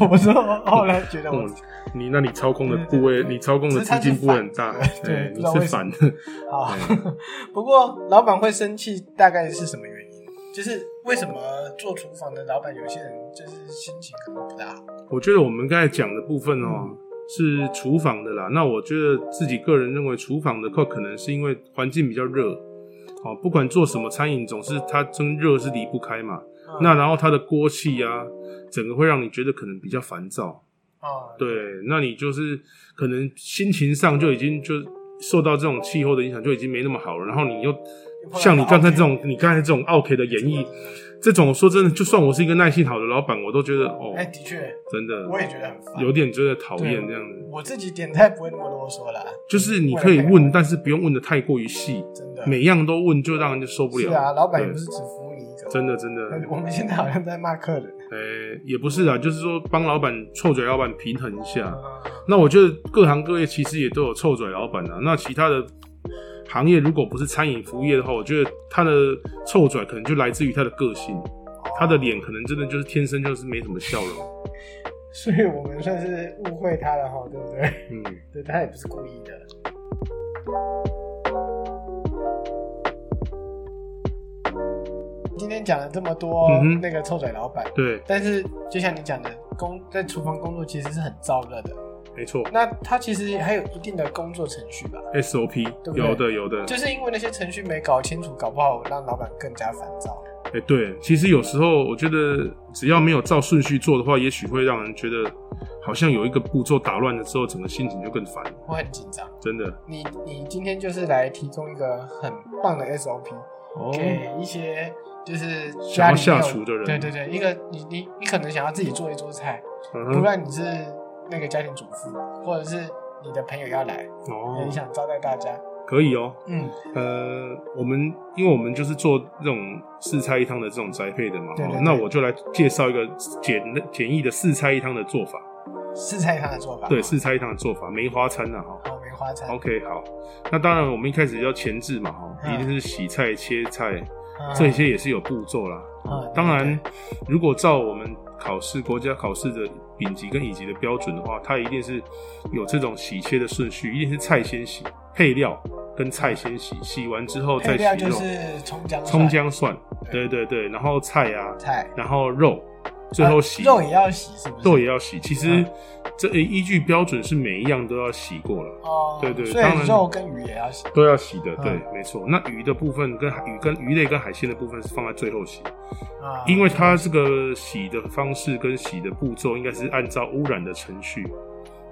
Speaker 2: 我我说我后来觉得我
Speaker 1: 哦你那你操控的部位，
Speaker 2: 对对对
Speaker 1: 你操控的资金部位很大
Speaker 2: 只是，它是反的
Speaker 1: 哎
Speaker 2: 对
Speaker 1: 你
Speaker 2: 不知道为
Speaker 1: 是
Speaker 2: 什
Speaker 1: 反
Speaker 2: 么
Speaker 1: 的，
Speaker 2: 好，啊 不过老板会生气，大概是什么原因？就是为什么做厨房的老板有些人就是心情可能不大好，
Speaker 1: 我觉得我们刚才讲的部分哦，是厨房的啦。那我觉得自己个人认为，厨房的话可能是因为环境比较热，哦，不管做什么餐饮，总是它蒸热是离不开嘛。嗯
Speaker 2: 嗯
Speaker 1: 那然后它的锅气啊，整个会让你觉得可能比较烦躁。
Speaker 2: 啊，
Speaker 1: 对，那你就是可能心情上就已经就受到这种气候的影响，就已经没那么好了。然后你又像你刚才这种，你刚才这种 OK 的演绎，这种说真的，就算我是一个耐性好的老板，我都觉得哦，
Speaker 2: 哎，的确，
Speaker 1: 真的
Speaker 2: 我也觉得很烦，
Speaker 1: 有点觉得讨厌
Speaker 2: 对啊
Speaker 1: 这样子。
Speaker 2: 我自己点菜不会那么啰嗦啦，
Speaker 1: 就是你可以
Speaker 2: 为了配
Speaker 1: 问，但是不用问的太过于细，
Speaker 2: 真的，
Speaker 1: 每样都问就让人就受不了。
Speaker 2: 是啊，老板也
Speaker 1: 对
Speaker 2: 不是只服务你一个，
Speaker 1: 真的真的，
Speaker 2: 我们现在好像在骂客人，
Speaker 1: 呃、也不是啊，就是说帮老板臭嘴老板平衡一下。
Speaker 2: 嗯
Speaker 1: 那我觉得各行各业其实也都有臭嘴老板啊。那其他的行业如果不是餐饮服务业的话，我觉得他的臭嘴可能就来自于他的个性，
Speaker 2: 哦
Speaker 1: 他的脸可能真的就是天生就是没什么笑容。
Speaker 2: 所以我们算是误会他了哈，对不对？
Speaker 1: 嗯，
Speaker 2: 对他也不是故意的。今天讲了这么多
Speaker 1: 嗯哼
Speaker 2: 那个臭嘴老板，
Speaker 1: 对，
Speaker 2: 但是就像你讲的，工在厨房工作其实是很燥热的。
Speaker 1: 没错
Speaker 2: 那他其实还有一定的工作程序吧，
Speaker 1: ，SOP
Speaker 2: 对不对
Speaker 1: 有的有的。
Speaker 2: 就是因为那些程序没搞清楚，搞不好让老板更加烦躁。
Speaker 1: 哎、对，其实有时候我觉得，只要没有照顺序做的话，也许会让人觉得好像有一个步骤打乱了之后，整个心情就更烦。
Speaker 2: 我很紧张。
Speaker 1: 真的
Speaker 2: 你你今天就是来提供一个很棒的 SOP，
Speaker 1: 哦
Speaker 2: 给一些就是
Speaker 1: 想
Speaker 2: 家
Speaker 1: 要
Speaker 2: 里
Speaker 1: 下
Speaker 2: 没有
Speaker 1: 厨的人
Speaker 2: 对对对，一个你你你可能想要自己做一桌菜，
Speaker 1: 嗯
Speaker 2: 不
Speaker 1: 哼，
Speaker 2: 然你是那个家庭主妇，或者是你的朋友要来，
Speaker 1: 哦
Speaker 2: 你，想招待大家，
Speaker 1: 可以哦。
Speaker 2: 嗯，
Speaker 1: 呃，我们因为我们就是做这种四菜一汤的这种宅配的嘛，
Speaker 2: 对
Speaker 1: 哦
Speaker 2: 对对
Speaker 1: 那我就来介绍一个简简易的四菜一汤的做法。
Speaker 2: 试菜汤的做法，哦
Speaker 1: 对，四菜一汤的做法，梅花餐呐、啊、哈、
Speaker 2: 好梅花菜。
Speaker 1: OK，好，那当然我们一开始要前置嘛，哈，
Speaker 2: 嗯
Speaker 1: 一定是洗菜、切菜，
Speaker 2: 啊
Speaker 1: 这些也是有步骤啦。
Speaker 2: 啊
Speaker 1: 当然，如果照我们考试国家考试的丙级跟乙级的标准的话，它一定是有这种洗切的顺序，一定是菜先洗，配料跟菜先洗，洗完之后再
Speaker 2: 配料
Speaker 1: 洗
Speaker 2: 就
Speaker 1: 肉，
Speaker 2: 是葱姜蒜
Speaker 1: 葱姜蒜，对对对，然后菜啊，
Speaker 2: 菜，
Speaker 1: 然后肉，最后
Speaker 2: 啊
Speaker 1: 洗、
Speaker 2: 肉也要洗，是不是？
Speaker 1: 肉也要洗。其实
Speaker 2: 嗯
Speaker 1: 这依据标准是每一样都要洗过了。
Speaker 2: 哦，
Speaker 1: 对对
Speaker 2: 所
Speaker 1: 当然
Speaker 2: 以肉跟鱼也要洗。
Speaker 1: 都要洗的，
Speaker 2: 嗯
Speaker 1: 对，没错。那鱼的部分跟海鱼跟鱼类跟海鲜的部分是放在最后洗，
Speaker 2: 啊，
Speaker 1: 因为它这个洗的方式跟洗的步骤应该是按照污染的程序，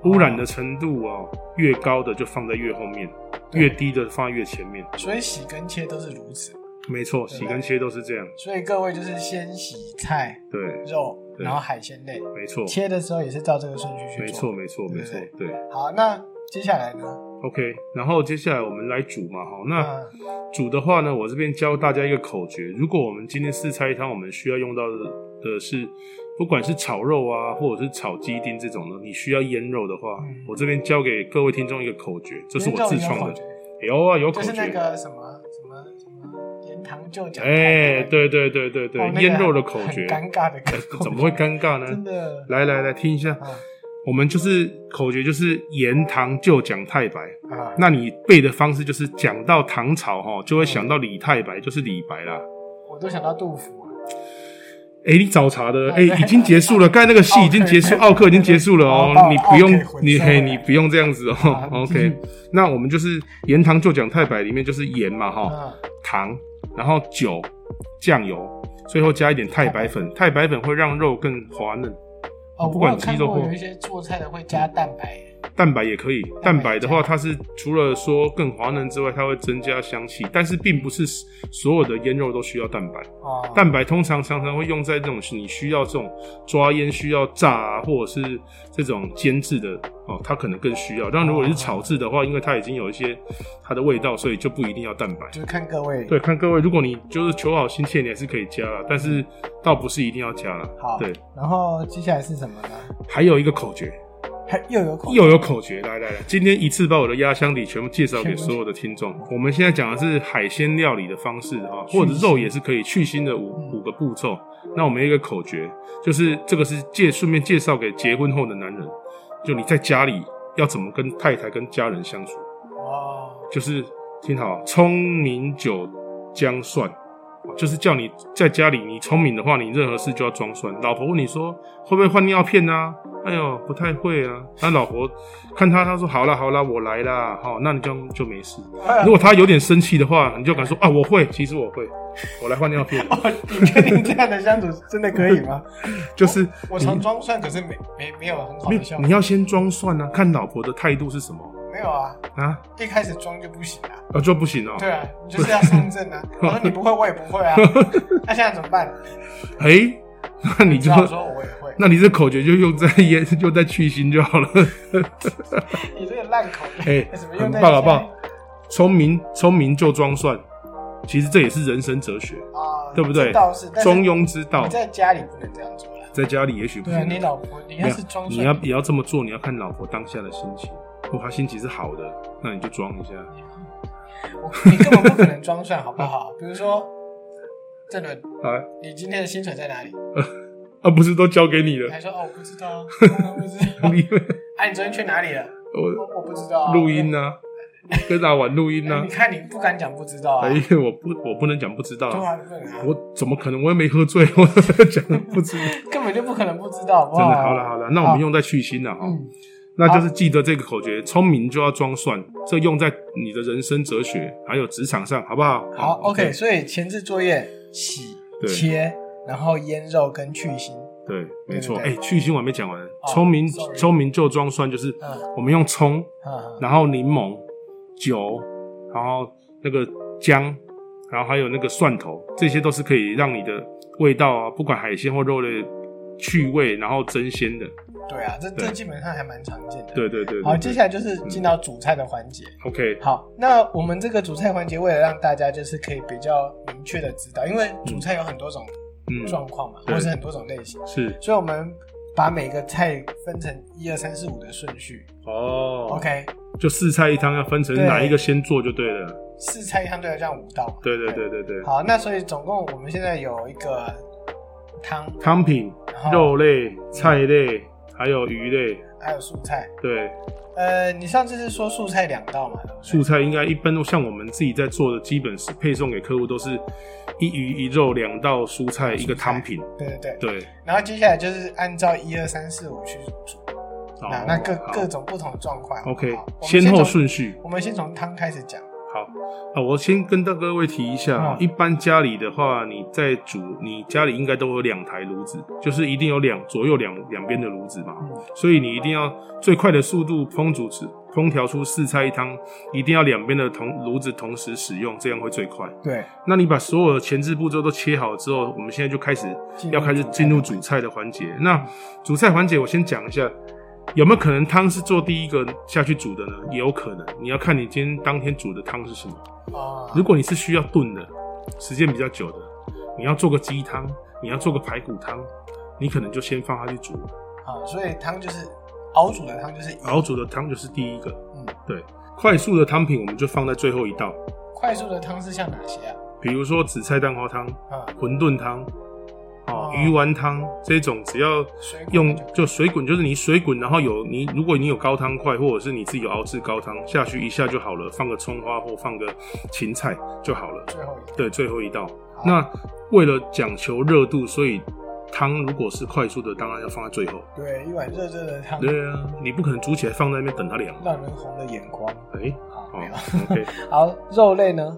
Speaker 1: 污染的程度哦，越高的就放在越后面，
Speaker 2: 对
Speaker 1: 越低的放在越前面。
Speaker 2: 所以洗跟切都是如此。
Speaker 1: 没错，洗跟切都是这样，
Speaker 2: 所以各位就是先洗菜、
Speaker 1: 对，
Speaker 2: 肉，
Speaker 1: 对
Speaker 2: 然后海鲜类，
Speaker 1: 没错，
Speaker 2: 切的时候也是照这个顺序去做。
Speaker 1: 没错，。没错，
Speaker 2: 对
Speaker 1: 没错，对
Speaker 2: 好，那接下来呢？
Speaker 1: ，OK。然后接下来我们来煮嘛，哈，那。
Speaker 2: 嗯
Speaker 1: 煮的话呢，我这边教大家一个口诀。如果我们今天四菜一汤，我们需要用到的的是，不管是炒肉啊，或者是炒鸡丁这种的，你需要腌肉的话，
Speaker 2: 嗯
Speaker 1: 我这边教给各位听众一个口诀，这是我自
Speaker 2: 腌肉
Speaker 1: 创
Speaker 2: 有口
Speaker 1: 的
Speaker 2: 诀。
Speaker 1: 有啊，有口
Speaker 2: 就是
Speaker 1: 诀。
Speaker 2: 那个什么什么什么盐糖就讲。
Speaker 1: 哎，对对对对对，
Speaker 2: 哦那个
Speaker 1: 腌肉的口诀
Speaker 2: 很，尴尬的口
Speaker 1: 呃怎么会尴尬
Speaker 2: 真
Speaker 1: 呢？
Speaker 2: 的
Speaker 1: 来来来，听一下，
Speaker 2: 啊
Speaker 1: 我们就是口诀，就是盐糖就讲太白。
Speaker 2: 啊
Speaker 1: 那你背的方式就是讲到唐朝哈，就会想到李太
Speaker 2: 嗯
Speaker 1: 白，就是李白啦。
Speaker 2: 我都想到杜甫啊，
Speaker 1: 哎、你找茬的，
Speaker 2: 啊
Speaker 1: 哎、
Speaker 2: 对
Speaker 1: 已经结束 了，刚才那个戏已经结束，奥克已经结束了哦
Speaker 2: 哦，哦
Speaker 1: 你不用
Speaker 2: 奥克，混
Speaker 1: 你
Speaker 2: 收了
Speaker 1: 嘿，你不用这样子哦
Speaker 2: 啊。
Speaker 1: OK，那我们就是盐糖就讲太白，里面就是盐嘛哈，
Speaker 2: 啊
Speaker 1: 糖，然后酒、酱油，最后加一点太白
Speaker 2: 嗯
Speaker 1: 粉，太白粉会让肉更滑嫩，
Speaker 2: 哦，
Speaker 1: 啊不管
Speaker 2: 我有看
Speaker 1: 鸡肉
Speaker 2: 过
Speaker 1: 或
Speaker 2: 有一些做菜的会加蛋白，
Speaker 1: 蛋白也可以。
Speaker 2: 蛋
Speaker 1: 蛋
Speaker 2: 白
Speaker 1: 白的话，它是除了说更滑嫩之外，它会增加香气，但是并不是所有的腌肉都需要蛋白。
Speaker 2: 哦，
Speaker 1: 蛋白通常常常会用在这种你需要这种抓腌、需要炸啊，或者是这种煎制的哦，它可能更需要。但如果你是炒制的话，因为它已经有一些它的味道，所以就不一定要蛋白。
Speaker 2: 就是看各位
Speaker 1: 对，看各位，如果你就是求好心切，你还是可以加啦，但是倒不是一定要加啦。
Speaker 2: 好
Speaker 1: 对，
Speaker 2: 然后接下来是什么呢？
Speaker 1: 还有一个口诀，
Speaker 2: 还又有口
Speaker 1: 又有口诀，来来来，今天一次把我的压箱底全部介绍给所有的听众。我们现在讲的是海鲜料理的方式啊，或者肉也是可以去腥的五
Speaker 2: 嗯
Speaker 1: 五个步骤。那我们有一个口诀，就是这个是介顺便介绍给结婚后的男人，就你在家里要怎么跟太太跟家人相处，
Speaker 2: 哦，
Speaker 1: 就是听好，啊聪明酒姜蒜。就是叫你在家里，你聪明的话，你任何事就要装蒜。老婆问你说会不会换尿片啊？哎呦，不太会啊。那老婆看他，他说好啦好啦，我来啦。好，那你就就没事。
Speaker 2: 哎
Speaker 1: 如果他有点生气的话，你就敢说啊，我会，其实我会，我来换尿 片。
Speaker 2: 哦，你确定这样的相处真的可 以吗？
Speaker 1: 就是
Speaker 2: 我常装蒜，可是没没没有很好
Speaker 1: 没
Speaker 2: 的效
Speaker 1: 有，
Speaker 2: 果
Speaker 1: 你，要先装蒜啊，看老婆的态度是什么
Speaker 2: 没有啊，
Speaker 1: 啊？
Speaker 2: 一开始装就不行啊。
Speaker 1: 啊，就不行哦。
Speaker 2: 对啊，你就是要上阵 啊！我说你不会，我也不会啊。那现在怎么办？
Speaker 1: 哎，那你
Speaker 2: 只
Speaker 1: 就
Speaker 2: 好说我也会。
Speaker 1: 那你这口诀就用在腌， 用在去腥就好了。
Speaker 2: 你这个烂 口
Speaker 1: 哎、
Speaker 2: 袋，怎么又
Speaker 1: 很
Speaker 2: 在
Speaker 1: 棒好不好？聪明聪明就装蒜，其实这也是人生哲学，
Speaker 2: 啊，
Speaker 1: 对不对
Speaker 2: 这倒是，但是
Speaker 1: 中庸之道
Speaker 2: 你。在家里不能这样做了。
Speaker 1: 在家里也许不
Speaker 2: 对啊，
Speaker 1: 行，
Speaker 2: 你老婆，你
Speaker 1: 没
Speaker 2: 要
Speaker 1: 有
Speaker 2: 是装
Speaker 1: 你
Speaker 2: 蒜，
Speaker 1: 要也要这么做，你要看老婆当下的心情。如果她心情是好的，那你就装一下。
Speaker 2: 我你根本不可能装 蒜，好不好？比如说，郑伦，
Speaker 1: 啊
Speaker 2: 你今天的薪水在哪里？
Speaker 1: 啊，不是都交给你
Speaker 2: 你
Speaker 1: 了？
Speaker 2: 还说哦，我不知道啊，我不 知道啊。
Speaker 1: 因为
Speaker 2: 哎，你昨天去哪里了？
Speaker 1: 我
Speaker 2: 我我不知道啊。
Speaker 1: 录音呢、跟老玩录音呢、
Speaker 2: 哎你看你不敢讲不知道啊
Speaker 1: 哎。呀，我不我不能讲不知道
Speaker 2: 对
Speaker 1: 啊、
Speaker 2: 啊，不能啊，
Speaker 1: 我怎么可能？我又没喝醉，我 怎么讲不知道？
Speaker 2: 根本就不可能不知道，好不
Speaker 1: 真的，
Speaker 2: 好
Speaker 1: 好了好了，那我们用在去腥了哈。
Speaker 2: 嗯，
Speaker 1: 那就是记得这个口诀：聪明就要装蒜。这用在你的人生哲学还有职场上，好不好？
Speaker 2: 好，OK，所以前置作业洗
Speaker 1: 嗯对
Speaker 2: 切，然后腌肉跟去腥，
Speaker 1: 对，没错。
Speaker 2: 对对哦
Speaker 1: 哎，去腥我还没讲完。聪明
Speaker 2: sorry
Speaker 1: 聪明就装蒜，就是
Speaker 2: 嗯
Speaker 1: 我们用葱，
Speaker 2: 嗯，
Speaker 1: 然后柠檬、酒，然后那个姜，然后还有那个蒜头，这些都是可以让你的味道啊，不管海鲜或肉类去味，然后增鲜的。
Speaker 2: 对啊，这
Speaker 1: 对
Speaker 2: 这基本上还蛮常见的。
Speaker 1: 对对对。嗯
Speaker 2: 好，接下
Speaker 1: 来
Speaker 2: 来就是进到主菜的环节。
Speaker 1: OK，
Speaker 2: 好，那我们这个主菜环节，为了让大家就是可以比较明确的知道，因为主菜有很多种
Speaker 1: 嗯，
Speaker 2: 状况嘛，
Speaker 1: 对
Speaker 2: 或是很多种类型，
Speaker 1: 是
Speaker 2: 所以我们把每个菜分成一二三四五的顺序。
Speaker 1: 哦
Speaker 2: OK，
Speaker 1: 就四菜一汤要分成
Speaker 2: 对
Speaker 1: 哪一个先做就对了。
Speaker 2: 四菜一汤对像五道嘛。
Speaker 1: 对对对对对，
Speaker 2: 好，那所以总共我们现在有一个汤，
Speaker 1: 汤品、
Speaker 2: 然后
Speaker 1: 肉类、菜类还有鱼类，
Speaker 2: 还有蔬菜。
Speaker 1: 对，
Speaker 2: 呃，你上次是说素菜两道嘛？对不对
Speaker 1: 素菜应该一般都像我们自己在做的，基本是配送给客户都是一鱼一肉两道蔬菜一个汤品，
Speaker 2: 对对对。
Speaker 1: 对。
Speaker 2: 然后接下来就是按照一二三四五去煮，
Speaker 1: 好
Speaker 2: 那那各
Speaker 1: 哦好
Speaker 2: 各种不同的状况。
Speaker 1: OK，
Speaker 2: 好我们
Speaker 1: 先后
Speaker 2: 从
Speaker 1: 顺序。
Speaker 2: 我们先从汤开始讲。
Speaker 1: 好啊，我先跟大各位提一下啊，
Speaker 2: 嗯
Speaker 1: 一般家里的话，你在煮，你家里应该都会有两台炉子，就是一定有两左右两两边的炉子嘛，
Speaker 2: 嗯，
Speaker 1: 所以你一定要最快的速度烹煮出烹调出四菜一汤，一定要两边的同炉子同时使用，这样会最快。
Speaker 2: 对，
Speaker 1: 那你把所有的前置步骤都切好之后，我们现在就开始
Speaker 2: 进入
Speaker 1: 要开始进入煮菜的环节。那煮菜环节，我先讲一下，有没有可能汤是做第一个下去煮的呢？也有可能，你要看你今天当天煮的汤是什么。
Speaker 2: 啊，
Speaker 1: 如果你是需要炖的，时间比较久的，你要做个鸡汤，你要做个排骨汤，你可能就先放它去煮。
Speaker 2: 啊，所以汤就是熬煮的汤就是一
Speaker 1: 熬煮的汤就是第一个，
Speaker 2: 嗯，
Speaker 1: 对，快速的汤品我们就放在最后一道，
Speaker 2: 快速的汤是像哪些啊？
Speaker 1: 比如说紫菜蛋花汤、
Speaker 2: 啊，
Speaker 1: 馄饨汤、哦
Speaker 2: 哦
Speaker 1: 鱼丸汤这种，只要
Speaker 2: 水果
Speaker 1: 用
Speaker 2: 就
Speaker 1: 就水滚，就是你水滚，然后有你，如果你有高汤块，或者是你自己有熬制高汤下去一下就好了，放个葱花或放个芹菜就好了。
Speaker 2: 最后一个
Speaker 1: 对，最后一道。
Speaker 2: 好
Speaker 1: 那为了讲求热度，所以汤如果是快速的，当然要放在最后。
Speaker 2: 对一碗热热的汤，
Speaker 1: 对啊，你不可能煮起来放在那边等它凉。
Speaker 2: 让人红了眼眶。
Speaker 1: 哎、
Speaker 2: 好，
Speaker 1: 哦
Speaker 2: 没有。
Speaker 1: ，OK。
Speaker 2: 好，肉类呢？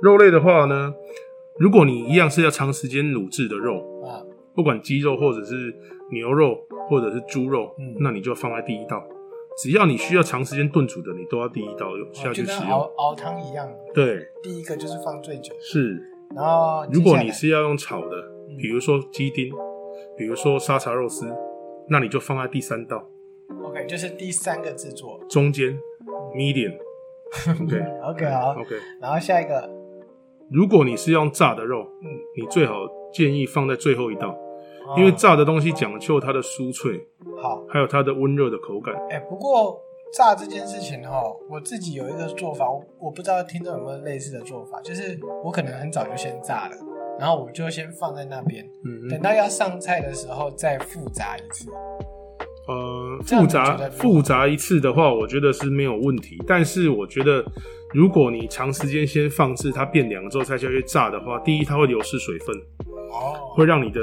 Speaker 1: 肉类的话呢，如果你一样是要长时间卤制的肉，
Speaker 2: 啊，
Speaker 1: 不管鸡肉或者是牛肉或者是猪肉，
Speaker 2: 嗯
Speaker 1: 那你就放在第一道。只要你需要长时间炖煮的，你都要第一道有下
Speaker 2: 哦就
Speaker 1: 去
Speaker 2: 跟
Speaker 1: 使
Speaker 2: 熬
Speaker 1: 用。
Speaker 2: 熬汤一样，
Speaker 1: 对，
Speaker 2: 第一个就是放最久，
Speaker 1: 是。
Speaker 2: 然后
Speaker 1: 如果你
Speaker 2: 接下
Speaker 1: 是要用炒的，
Speaker 2: 嗯
Speaker 1: 比如说鸡丁，比如说沙茶肉丝，那你就放在第三道
Speaker 2: 来 OK，就是第三个制作
Speaker 1: 中间，medium。OK
Speaker 2: OK 好，
Speaker 1: OK。
Speaker 2: 然后下一个
Speaker 1: 如果你是用炸的肉，
Speaker 2: 嗯，
Speaker 1: 你最好建议放在最后一道，因为
Speaker 2: 哦
Speaker 1: 炸的东西讲究它的酥脆，
Speaker 2: 好
Speaker 1: 还有它的温热的口感。
Speaker 2: 哎，不过。炸这件事情哈，我自己有一个做法，我我不知道听众有没有类似的做法，就是我可能很早就先炸了，然后我就先放在那边，
Speaker 1: 嗯
Speaker 2: 等到要上菜的时候再复炸一次。
Speaker 1: 呃，
Speaker 2: 这样
Speaker 1: 复
Speaker 2: 你觉
Speaker 1: 杂
Speaker 2: 得如何
Speaker 1: 复杂一次的话，我觉得是没有问题。但是我觉得，如果你长时间先放置它变凉之后再下去炸的话，第一它会流失水分，
Speaker 2: 哦
Speaker 1: 会让你的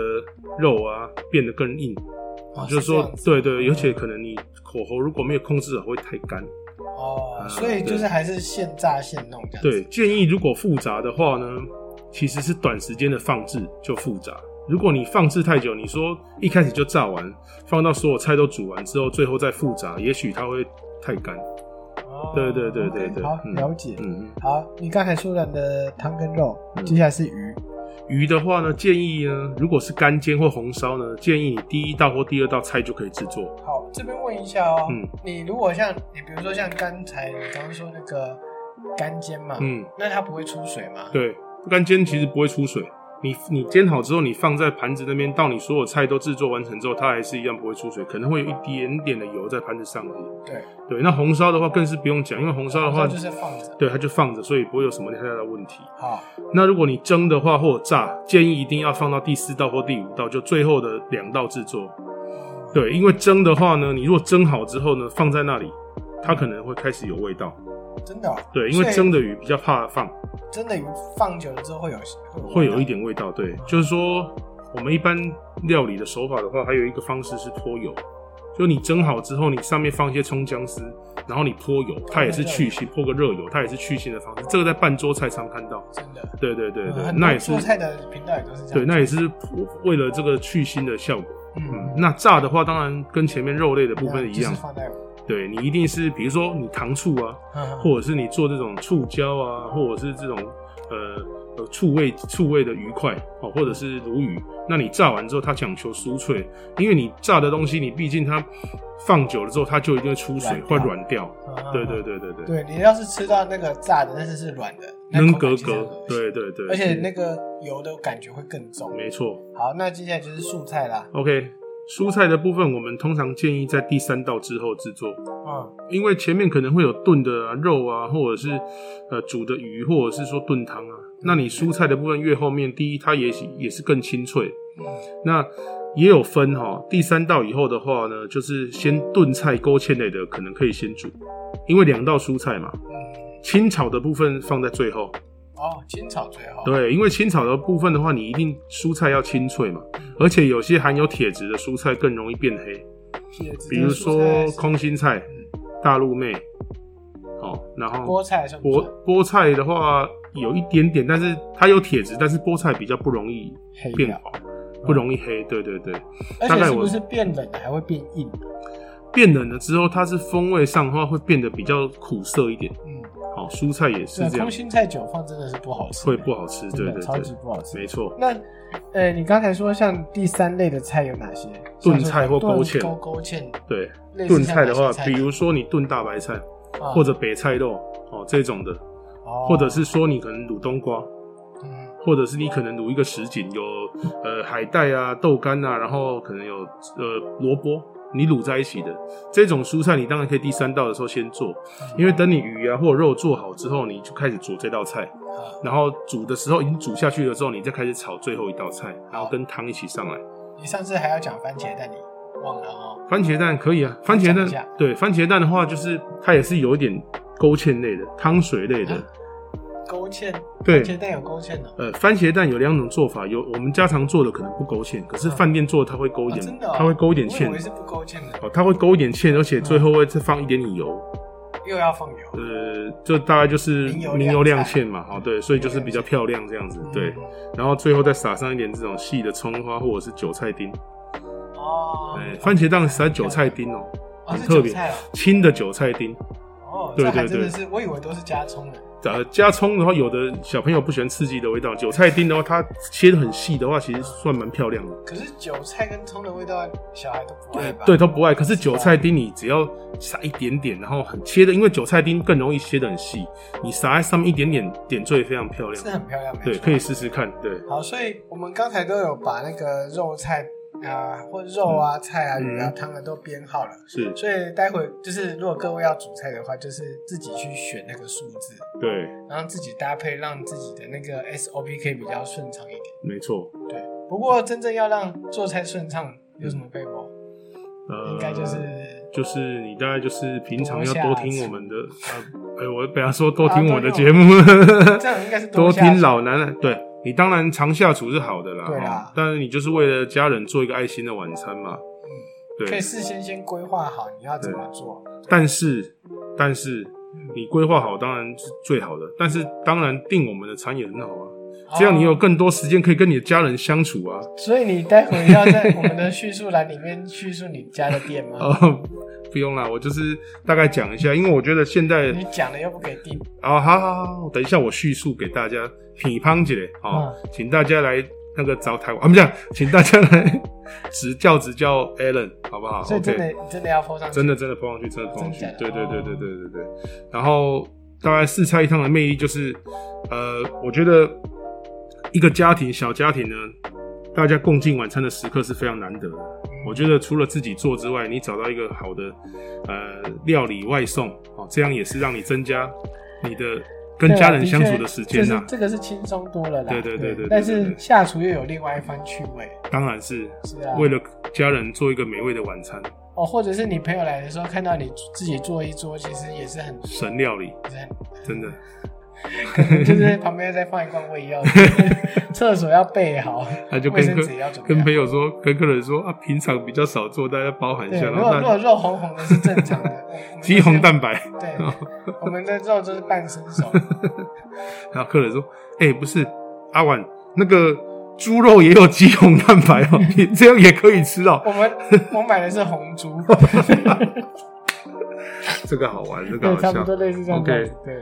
Speaker 1: 肉啊变得更硬。
Speaker 2: 哦
Speaker 1: 就是
Speaker 2: 这
Speaker 1: 说
Speaker 2: 样，子
Speaker 1: 对对，而且可能你口喉如果没有控制好，会太干。
Speaker 2: 哦
Speaker 1: 啊，
Speaker 2: 所以就是还是现炸现弄这样子。
Speaker 1: 对，建议如果复杂的话呢，其实是短时间的放置就复杂。如果你放置太久，你说一开始就炸完，放到所有菜都煮完之后，最后再复炸，也许它会太干。
Speaker 2: 哦，
Speaker 1: 对对对对对
Speaker 2: OK，好，
Speaker 1: 嗯
Speaker 2: 了解。
Speaker 1: 嗯嗯。
Speaker 2: 好，你刚才说了你的汤跟肉，
Speaker 1: 嗯
Speaker 2: 接下来是鱼。
Speaker 1: 鱼的话呢，建议呢，如果是干煎或红烧呢，建议你第一道或第二道菜就可以制作。
Speaker 2: 好，这边问一下哦，
Speaker 1: 嗯
Speaker 2: 你如果像你比如说像刚才你刚刚说那个干煎嘛，
Speaker 1: 嗯，
Speaker 2: 那它不会出水吗？
Speaker 1: 对，干煎其实不会出水。你你煎好之后，你放在盘子那边，到你所有菜都制作完成之后，它还是一样不会出水，可能会有一点点的油在盘子上而已。
Speaker 2: 对，
Speaker 1: 对，那红烧的话更是不用讲，因为红烧的话
Speaker 2: 就是放着。
Speaker 1: 对它就放着，所以不会有什么太大的问题。
Speaker 2: 好，
Speaker 1: 那如果你蒸的话或者炸，建议一定要放到第四道或第五道，就最后的两道制作。对，因为蒸的话呢，你如果蒸好之后呢，放在那里，它可能会开始有味道。
Speaker 2: 真的哦、
Speaker 1: 对，因为
Speaker 2: 所以
Speaker 1: 蒸的鱼比较怕放，
Speaker 2: 真的鱼放久了之后会有
Speaker 1: 会有一点味道。对，就是说我们一般料理的手法的话，还有一个方式是泼油，就你蒸好之后，你上面放一些葱姜丝，然后你泼油，它
Speaker 2: 哦
Speaker 1: 也是去腥，泼个热油，它也是去腥的方式。这个在办桌菜常看到。
Speaker 2: 真的。
Speaker 1: 对对对对，
Speaker 2: 嗯很多
Speaker 1: 那也是
Speaker 2: 做菜的频道也都是这样。
Speaker 1: 对，那也是为了这个去腥的效果。嗯
Speaker 2: 嗯，，啊
Speaker 1: 那炸的话，当然跟前面肉类的部分一
Speaker 2: 就
Speaker 1: 样
Speaker 2: 是，放在
Speaker 1: 对你一定是比如说你糖醋啊，
Speaker 2: 或
Speaker 1: 或者是你做这种醋椒啊，或者是这种呃呃醋味醋味的鱼块哦，或者是鲈鱼，那你炸完之后它讲求酥脆，因为你炸的东西你毕竟它放久了之后它就一定会出水
Speaker 2: 软
Speaker 1: 会
Speaker 2: 掉
Speaker 1: 软掉，对对
Speaker 2: 对
Speaker 1: 对对对，
Speaker 2: 对，你要是吃到那个炸的，但是是软的，那
Speaker 1: 能
Speaker 2: 口感
Speaker 1: 格
Speaker 2: 其实很
Speaker 1: 格
Speaker 2: 恶，心，
Speaker 1: 对对对，
Speaker 2: 而且
Speaker 1: 嗯
Speaker 2: 那个油的感觉会更重。
Speaker 1: 没错
Speaker 2: 好，那接下来就是素菜啦，
Speaker 1: ，OK，蔬菜的部分，我们通常建议在第三道之后制作，
Speaker 2: 嗯
Speaker 1: 因为前面可能会有炖的啊、肉啊，或者是呃煮的鱼，或者是说炖汤啊。那你蔬菜的部分越后面，第一它也许也是更清脆。
Speaker 2: 嗯
Speaker 1: 那也有分哈、第三道以后的话呢，就是先炖菜、勾芡类的，可能可以先煮，因为两道蔬菜嘛，
Speaker 2: 嗯，
Speaker 1: 清炒的部分放在最后。
Speaker 2: 哦，清炒最后，
Speaker 1: 对，因为清炒的部分的话，你一定蔬菜要清脆嘛，而且有些含有铁质的蔬菜更容易变黑，
Speaker 2: 铁质的
Speaker 1: 比如说
Speaker 2: 蔬菜
Speaker 1: 空心菜、大陆妹，好、然后
Speaker 2: 菠菜算不
Speaker 1: 菠
Speaker 2: 算
Speaker 1: 菠菜的话有一点点，但是它有铁质，但是菠菜比较不容易
Speaker 2: 黑
Speaker 1: 变
Speaker 2: 掉
Speaker 1: 黄，不容易黑。对对对，
Speaker 2: 而
Speaker 1: 大概
Speaker 2: 且是
Speaker 1: 我
Speaker 2: 不是变冷还会变硬？
Speaker 1: 变冷了之后，它是风味上的话会变得比较苦涩一点。
Speaker 2: 嗯，
Speaker 1: 好、蔬菜也是
Speaker 2: 对，
Speaker 1: 这样
Speaker 2: 空，心菜久放真的是不好吃，
Speaker 1: 会不好吃。对
Speaker 2: 真的
Speaker 1: 对
Speaker 2: 超级
Speaker 1: 对，
Speaker 2: 不好吃。
Speaker 1: 没错。
Speaker 2: 那，呃，你刚才说像第三类的菜有哪些？
Speaker 1: 炖菜或勾芡
Speaker 2: 像说勾勾芡，
Speaker 1: 对，
Speaker 2: 类似
Speaker 1: 炖
Speaker 2: 像
Speaker 1: 菜的话
Speaker 2: 哪些，
Speaker 1: 比如说你炖大白菜。
Speaker 2: 啊
Speaker 1: 或者北菜肉哦这种的，
Speaker 2: 哦
Speaker 1: 或者是说你可能卤冬瓜，
Speaker 2: 嗯
Speaker 1: 或者是你可能卤一个什锦，有呃海带啊、豆干啊，然后可能有呃萝卜，你卤在一起的这种蔬菜，你当然可以第三道的时候先做，因为等你鱼啊或肉做好之后，你就开始煮这道菜，
Speaker 2: 啊
Speaker 1: 然后煮的时候已经煮下去了之后，你再开始炒最后一道菜，然后跟汤一起上来。
Speaker 2: 你上次还要讲番茄蛋，你忘了哦。
Speaker 1: 番茄蛋可以啊，番茄
Speaker 2: 讲一下
Speaker 1: 蛋对番茄蛋的话，就是它也是有一点勾芡类的、汤水类的
Speaker 2: 啊，勾芡，
Speaker 1: 对
Speaker 2: 番茄蛋有勾芡的，
Speaker 1: 呃，番茄蛋有两种做法，有我们家常做的可能不勾芡，可是饭店做的它会勾一
Speaker 2: 嗯啊
Speaker 1: 点，
Speaker 2: 真的哦，
Speaker 1: 它会勾一点
Speaker 2: 我以为
Speaker 1: 芡，
Speaker 2: 是嗯不勾芡的，
Speaker 1: 哦，它会勾一点芡，而且最后会再放一点点油，
Speaker 2: 又要放油。
Speaker 1: 呃，这大概就是
Speaker 2: 明油
Speaker 1: 明油亮
Speaker 2: 亮
Speaker 1: 芡嘛，哦，对，所以就是比较漂亮这样子，对，
Speaker 2: 嗯
Speaker 1: 然后最后再撒上一点这种细的葱花或者是韭菜丁，
Speaker 2: 哦
Speaker 1: 哎，，番茄蛋撒韭菜丁哦，
Speaker 2: 哦
Speaker 1: 很
Speaker 2: 是
Speaker 1: 特
Speaker 2: 韭
Speaker 1: 别
Speaker 2: 菜哦，
Speaker 1: 青的韭菜丁，
Speaker 2: 哦，
Speaker 1: 对
Speaker 2: 这还
Speaker 1: 对
Speaker 2: 真的
Speaker 1: 对
Speaker 2: 是，我以为都是加葱的，
Speaker 1: 呃，加葱的话，有的小朋友不喜欢刺激的味道，韭菜丁的话，它切的很细的话，其实算蛮漂亮的。
Speaker 2: 可是韭菜跟葱的味道，小孩都不爱吧？
Speaker 1: 对，都不爱。可是韭菜丁你只要撒一点点，然后很切的，因为韭菜丁更容易切的很细，你撒在上面一点点，点缀非常漂亮
Speaker 2: 是。很漂亮，没
Speaker 1: 对，
Speaker 2: 错
Speaker 1: 可以。试试看。对，
Speaker 2: 好，所以我们刚才都有把那个肉菜啊，或肉啊、菜啊、鱼啊、
Speaker 1: 嗯
Speaker 2: 汤啊都编好了。
Speaker 1: 是，
Speaker 2: 所以待会就是，如果各位要煮菜的话，就是自己去选那个数字，
Speaker 1: 对，
Speaker 2: 然后自己搭配，让自己的那个 SOP 可以比较顺畅一点。
Speaker 1: 没错。
Speaker 2: 对，不过真正要让做菜顺畅，有什么配方？
Speaker 1: 呃，
Speaker 2: 应该就是
Speaker 1: 就是你大概就是平常要
Speaker 2: 多
Speaker 1: 多
Speaker 2: 下
Speaker 1: 听
Speaker 2: 厨
Speaker 1: 我们的，呃，哎，我不要说多听我的
Speaker 2: 啊多听
Speaker 1: 节目，
Speaker 2: 这样，应该是
Speaker 1: 多
Speaker 2: 下
Speaker 1: 听老男人。对你当然常下厨是好的啦，
Speaker 2: 对啊
Speaker 1: 哦但是你就是为了家人做一个爱心的晚餐嘛。嗯，
Speaker 2: 可以
Speaker 1: 对。
Speaker 2: 事先先规划好你要怎么做。
Speaker 1: 但是，但是
Speaker 2: 嗯
Speaker 1: 你规划好当然是最好的，但是当然定我们的餐也很好啊，这样你有更多时间可以跟你的家人相处啊。
Speaker 2: 所以你待会要在我们的叙述栏里面叙述你家的店吗？
Speaker 1: 哦，不用啦，我就是大概讲一下，因为我觉得现在
Speaker 2: 你讲了又不给定，
Speaker 1: 啊，好好好，等一下我叙述给大家品乓姐嘞，好、哦，
Speaker 2: 嗯
Speaker 1: 请大家来那个找台湾啊，不是，请大家来 指教指教 Alan 好不好
Speaker 2: 所以真的、
Speaker 1: ？OK，
Speaker 2: 你真的要泼上去，
Speaker 1: 哦真的真的放上去，真的放上去
Speaker 2: 真的，假
Speaker 1: 对
Speaker 2: 的
Speaker 1: 对对
Speaker 2: 哦
Speaker 1: 对对对对。然后当然四菜一汤的魅力就是，呃，我觉得一个家庭小家庭呢，大家共进晚餐的时刻是非常难得的。我觉得除了自己做之外，你找到一个好的呃料理外送哦，这样也是让你增加你的跟
Speaker 2: 对啊
Speaker 1: 家人相处的时间
Speaker 2: 确
Speaker 1: 呐、
Speaker 2: 就是这个是轻松多了啦。
Speaker 1: 对对对对对
Speaker 2: 但
Speaker 1: 对对
Speaker 2: 是
Speaker 1: 对
Speaker 2: 下厨又有另外一番趣味，
Speaker 1: 当然是
Speaker 2: 是啊。
Speaker 1: 为了家人做一个美味的晚餐，
Speaker 2: 哦，或者是你朋友来的时候看到你自己做一桌，其实也是很
Speaker 1: 神料理，
Speaker 2: 很，
Speaker 1: 真的。
Speaker 2: 就是旁边再放一罐胃药， 厕所要备好，
Speaker 1: 那 就
Speaker 2: 卫
Speaker 1: 跟
Speaker 2: 生
Speaker 1: 客
Speaker 2: 纸也要准备
Speaker 1: 跟
Speaker 2: 好
Speaker 1: 朋。友说，跟客人说啊，平常比较少做，大家包含一
Speaker 2: 对，
Speaker 1: 下，
Speaker 2: 如
Speaker 1: 然后
Speaker 2: 果如果
Speaker 1: 大家
Speaker 2: 肉红红的是正 常的，我我们
Speaker 1: 肌红蛋白。
Speaker 2: 就是对，我们的肉就是半生熟，
Speaker 1: 然后客人说，哎、不是阿婉，那个猪肉也有肌红蛋白 哦，你这样也可以吃哦。
Speaker 2: 我们我买的是红猪，
Speaker 1: 这个好玩，这个
Speaker 2: 对，
Speaker 1: 好
Speaker 2: 差不
Speaker 1: 笑
Speaker 2: 多。类似这样
Speaker 1: OK
Speaker 2: 子，对。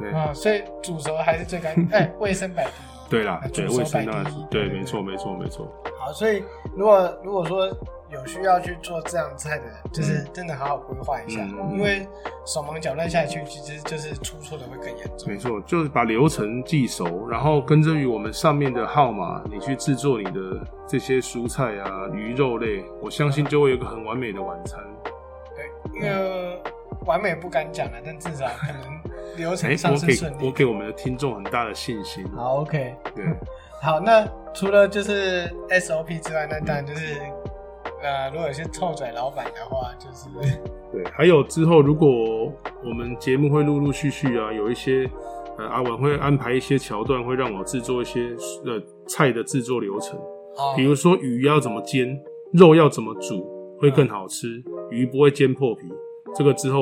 Speaker 1: 对
Speaker 2: 啊，所以煮熟还是最干 净，哎，卫生摆第一。
Speaker 1: 对啦，对
Speaker 2: 啊煮熟
Speaker 1: 卫生
Speaker 2: 摆
Speaker 1: 当然
Speaker 2: 第一
Speaker 1: 对，
Speaker 2: 对
Speaker 1: 没错，没错，没错。
Speaker 2: 好，所以如果如果说有需要去做这样菜的人，就是真的好好规划一下，
Speaker 1: 嗯嗯嗯
Speaker 2: 因为手忙脚乱下去，其实就是出错的会更严重
Speaker 1: 没。错，就是把流程记熟，然后跟着于我们上面的号码，你去制作你的这些蔬菜啊、鱼肉类，我相信就会有一个很完美的晚餐。
Speaker 2: 对，因为完美不敢讲了，但至少可能流
Speaker 1: 哎、
Speaker 2: 程上
Speaker 1: 我
Speaker 2: 是
Speaker 1: 给
Speaker 2: 顺利
Speaker 1: 我
Speaker 2: 的。
Speaker 1: 给我们的听众很大的信心。
Speaker 2: 好，OK，
Speaker 1: 对，
Speaker 2: 好，那除了就是 SOP 之外，那当然就是，呃，如果有些臭嘴老板的话， 就是
Speaker 1: 对，还有之后，如果我们节目会陆陆续续啊，有一些呃，阿文会安排一些桥段，会让我制作一些呃菜的制作流程，
Speaker 2: 哦
Speaker 1: 比如说鱼要怎么煎，肉要怎么煮会更好吃，鱼不会煎破皮。这个之后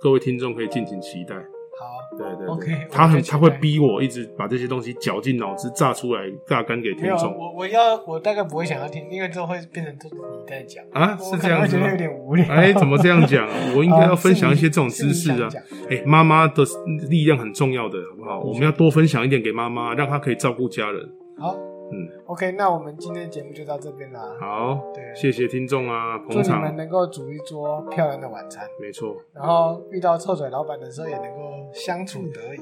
Speaker 1: 各位听众可以尽情期待。
Speaker 2: 好，
Speaker 1: 对对对
Speaker 2: OK，
Speaker 1: 他
Speaker 2: 我
Speaker 1: 很
Speaker 2: 再期待
Speaker 1: 他会逼我一直把这些东西绞尽脑汁榨出来榨干给
Speaker 2: 没
Speaker 1: 听
Speaker 2: 有，
Speaker 1: 众
Speaker 2: 我我要我大概不会想要听，因为之后会变成都是你在讲，
Speaker 1: 啊，
Speaker 2: 我
Speaker 1: 是
Speaker 2: 可
Speaker 1: 这
Speaker 2: 能
Speaker 1: 样
Speaker 2: 会
Speaker 1: 子
Speaker 2: 觉
Speaker 1: 吗
Speaker 2: 得有？点无聊。
Speaker 1: 哎，怎么这样 讲？我应该要分享一些这种
Speaker 2: 是你
Speaker 1: 知识啊
Speaker 2: 是。你想讲
Speaker 1: 哎、妈妈的力量很重要的，好不好？
Speaker 2: 嗯
Speaker 1: 我们要多分享一点给妈妈，让她可以照顾家人。
Speaker 2: 好，
Speaker 1: 嗯
Speaker 2: 嗯，OK，那我们今天的节目就到这边啦。
Speaker 1: 好，
Speaker 2: 对，
Speaker 1: 谢谢听众啊，捧
Speaker 2: 祝你们
Speaker 1: 场。
Speaker 2: 能够煮一桌漂亮的晚餐，
Speaker 1: 没错，
Speaker 2: 然后遇到臭嘴老板的时候也能够相处得宜。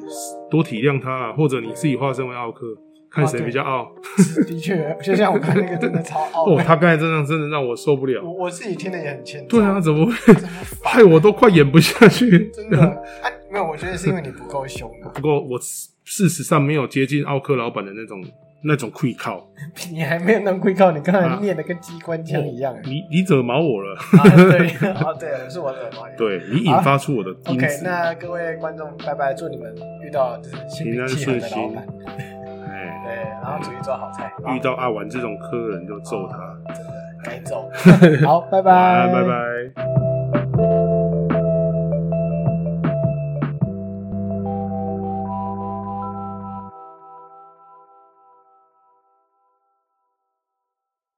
Speaker 1: 多体谅他、啊，或者你自己化身为奥克，看
Speaker 2: 哦
Speaker 1: 谁
Speaker 2: 对
Speaker 1: 比较傲。
Speaker 2: 是 的确，就像我看那个真的超傲
Speaker 1: 哦，
Speaker 2: 的，
Speaker 1: 他刚才真的真的让我受不了
Speaker 2: 我。我自己听的也很欠揍。
Speaker 1: 对啊，，怎么会？
Speaker 2: 真的烦
Speaker 1: 害我都快演不下去。
Speaker 2: 真的哎，没有，我觉得是因为你不够凶啊，
Speaker 1: 不过我事实上没有接近奥克老板的那种那种愧靠。
Speaker 2: 你还没有那么会靠，你刚
Speaker 1: 啊哦
Speaker 2: 才念的跟机关枪一 样。
Speaker 1: 你你惹毛我了，
Speaker 2: 啊，对，啊，对，是我惹毛你。
Speaker 1: 对你引发出我的因
Speaker 2: 啊 OK，
Speaker 1: 子。
Speaker 2: 那各位观众，拜拜！祝你们遇到就是心
Speaker 1: 平
Speaker 2: 平
Speaker 1: 安
Speaker 2: 气和
Speaker 1: 顺
Speaker 2: 的老
Speaker 1: 心
Speaker 2: 板，
Speaker 1: 哎，
Speaker 2: 对，然后煮一桌好菜，
Speaker 1: 遇到阿丸这种客人就揍他。
Speaker 2: 真的该走。好，拜
Speaker 1: 晚安
Speaker 2: 拜，
Speaker 1: 拜拜。